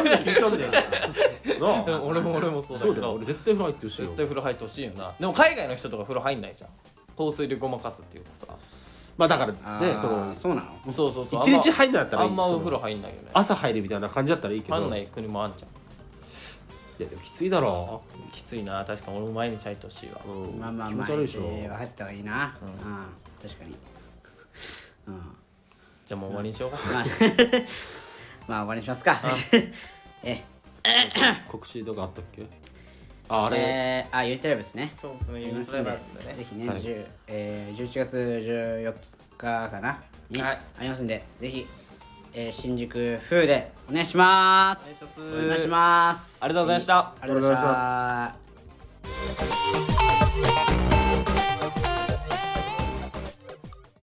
C: んで聞いたんだよ
B: うう
C: なあ
B: ん俺も俺もそうだ
C: そ
B: け
C: うだよ
B: ど
C: 俺絶対風呂入ってほしいよ
B: 絶対風呂入ってほしいよなでも海外の人とか風呂入んないじゃん香水でごまかすっていうかさ
C: まあだから
A: あ
C: ね
A: ー
C: その
A: そうなの
B: そうそうそう
C: 一日
B: 入
C: 入んなかったら
B: あ
C: いい
B: んま
C: その
B: お風呂入んないよね
C: 朝入るみたいな感じだったらいいけど
B: 入んない国もあんじゃ
C: いやでもきついだろ
B: んきついな確かに俺も毎日入ってほしいわ
C: うん
A: まあまあ
C: 気
A: ま
C: 持
A: あ
C: ち悪いでしょ
A: えー入った方がいいなうん確かにうん
B: じゃあもう終わりにしようか
A: まあまあ終わりにしますか え
C: 告知とかあったっけああれ、
A: えーあ YouTube ですね
B: そうですね
A: ありますんでぜひね
C: はい
A: 10えー11月14日かなに
B: はい
A: ありますんでぜひえー新宿風でお願いします
B: お願いします
A: お願いします
B: ありがとうございました
A: ありがとうございました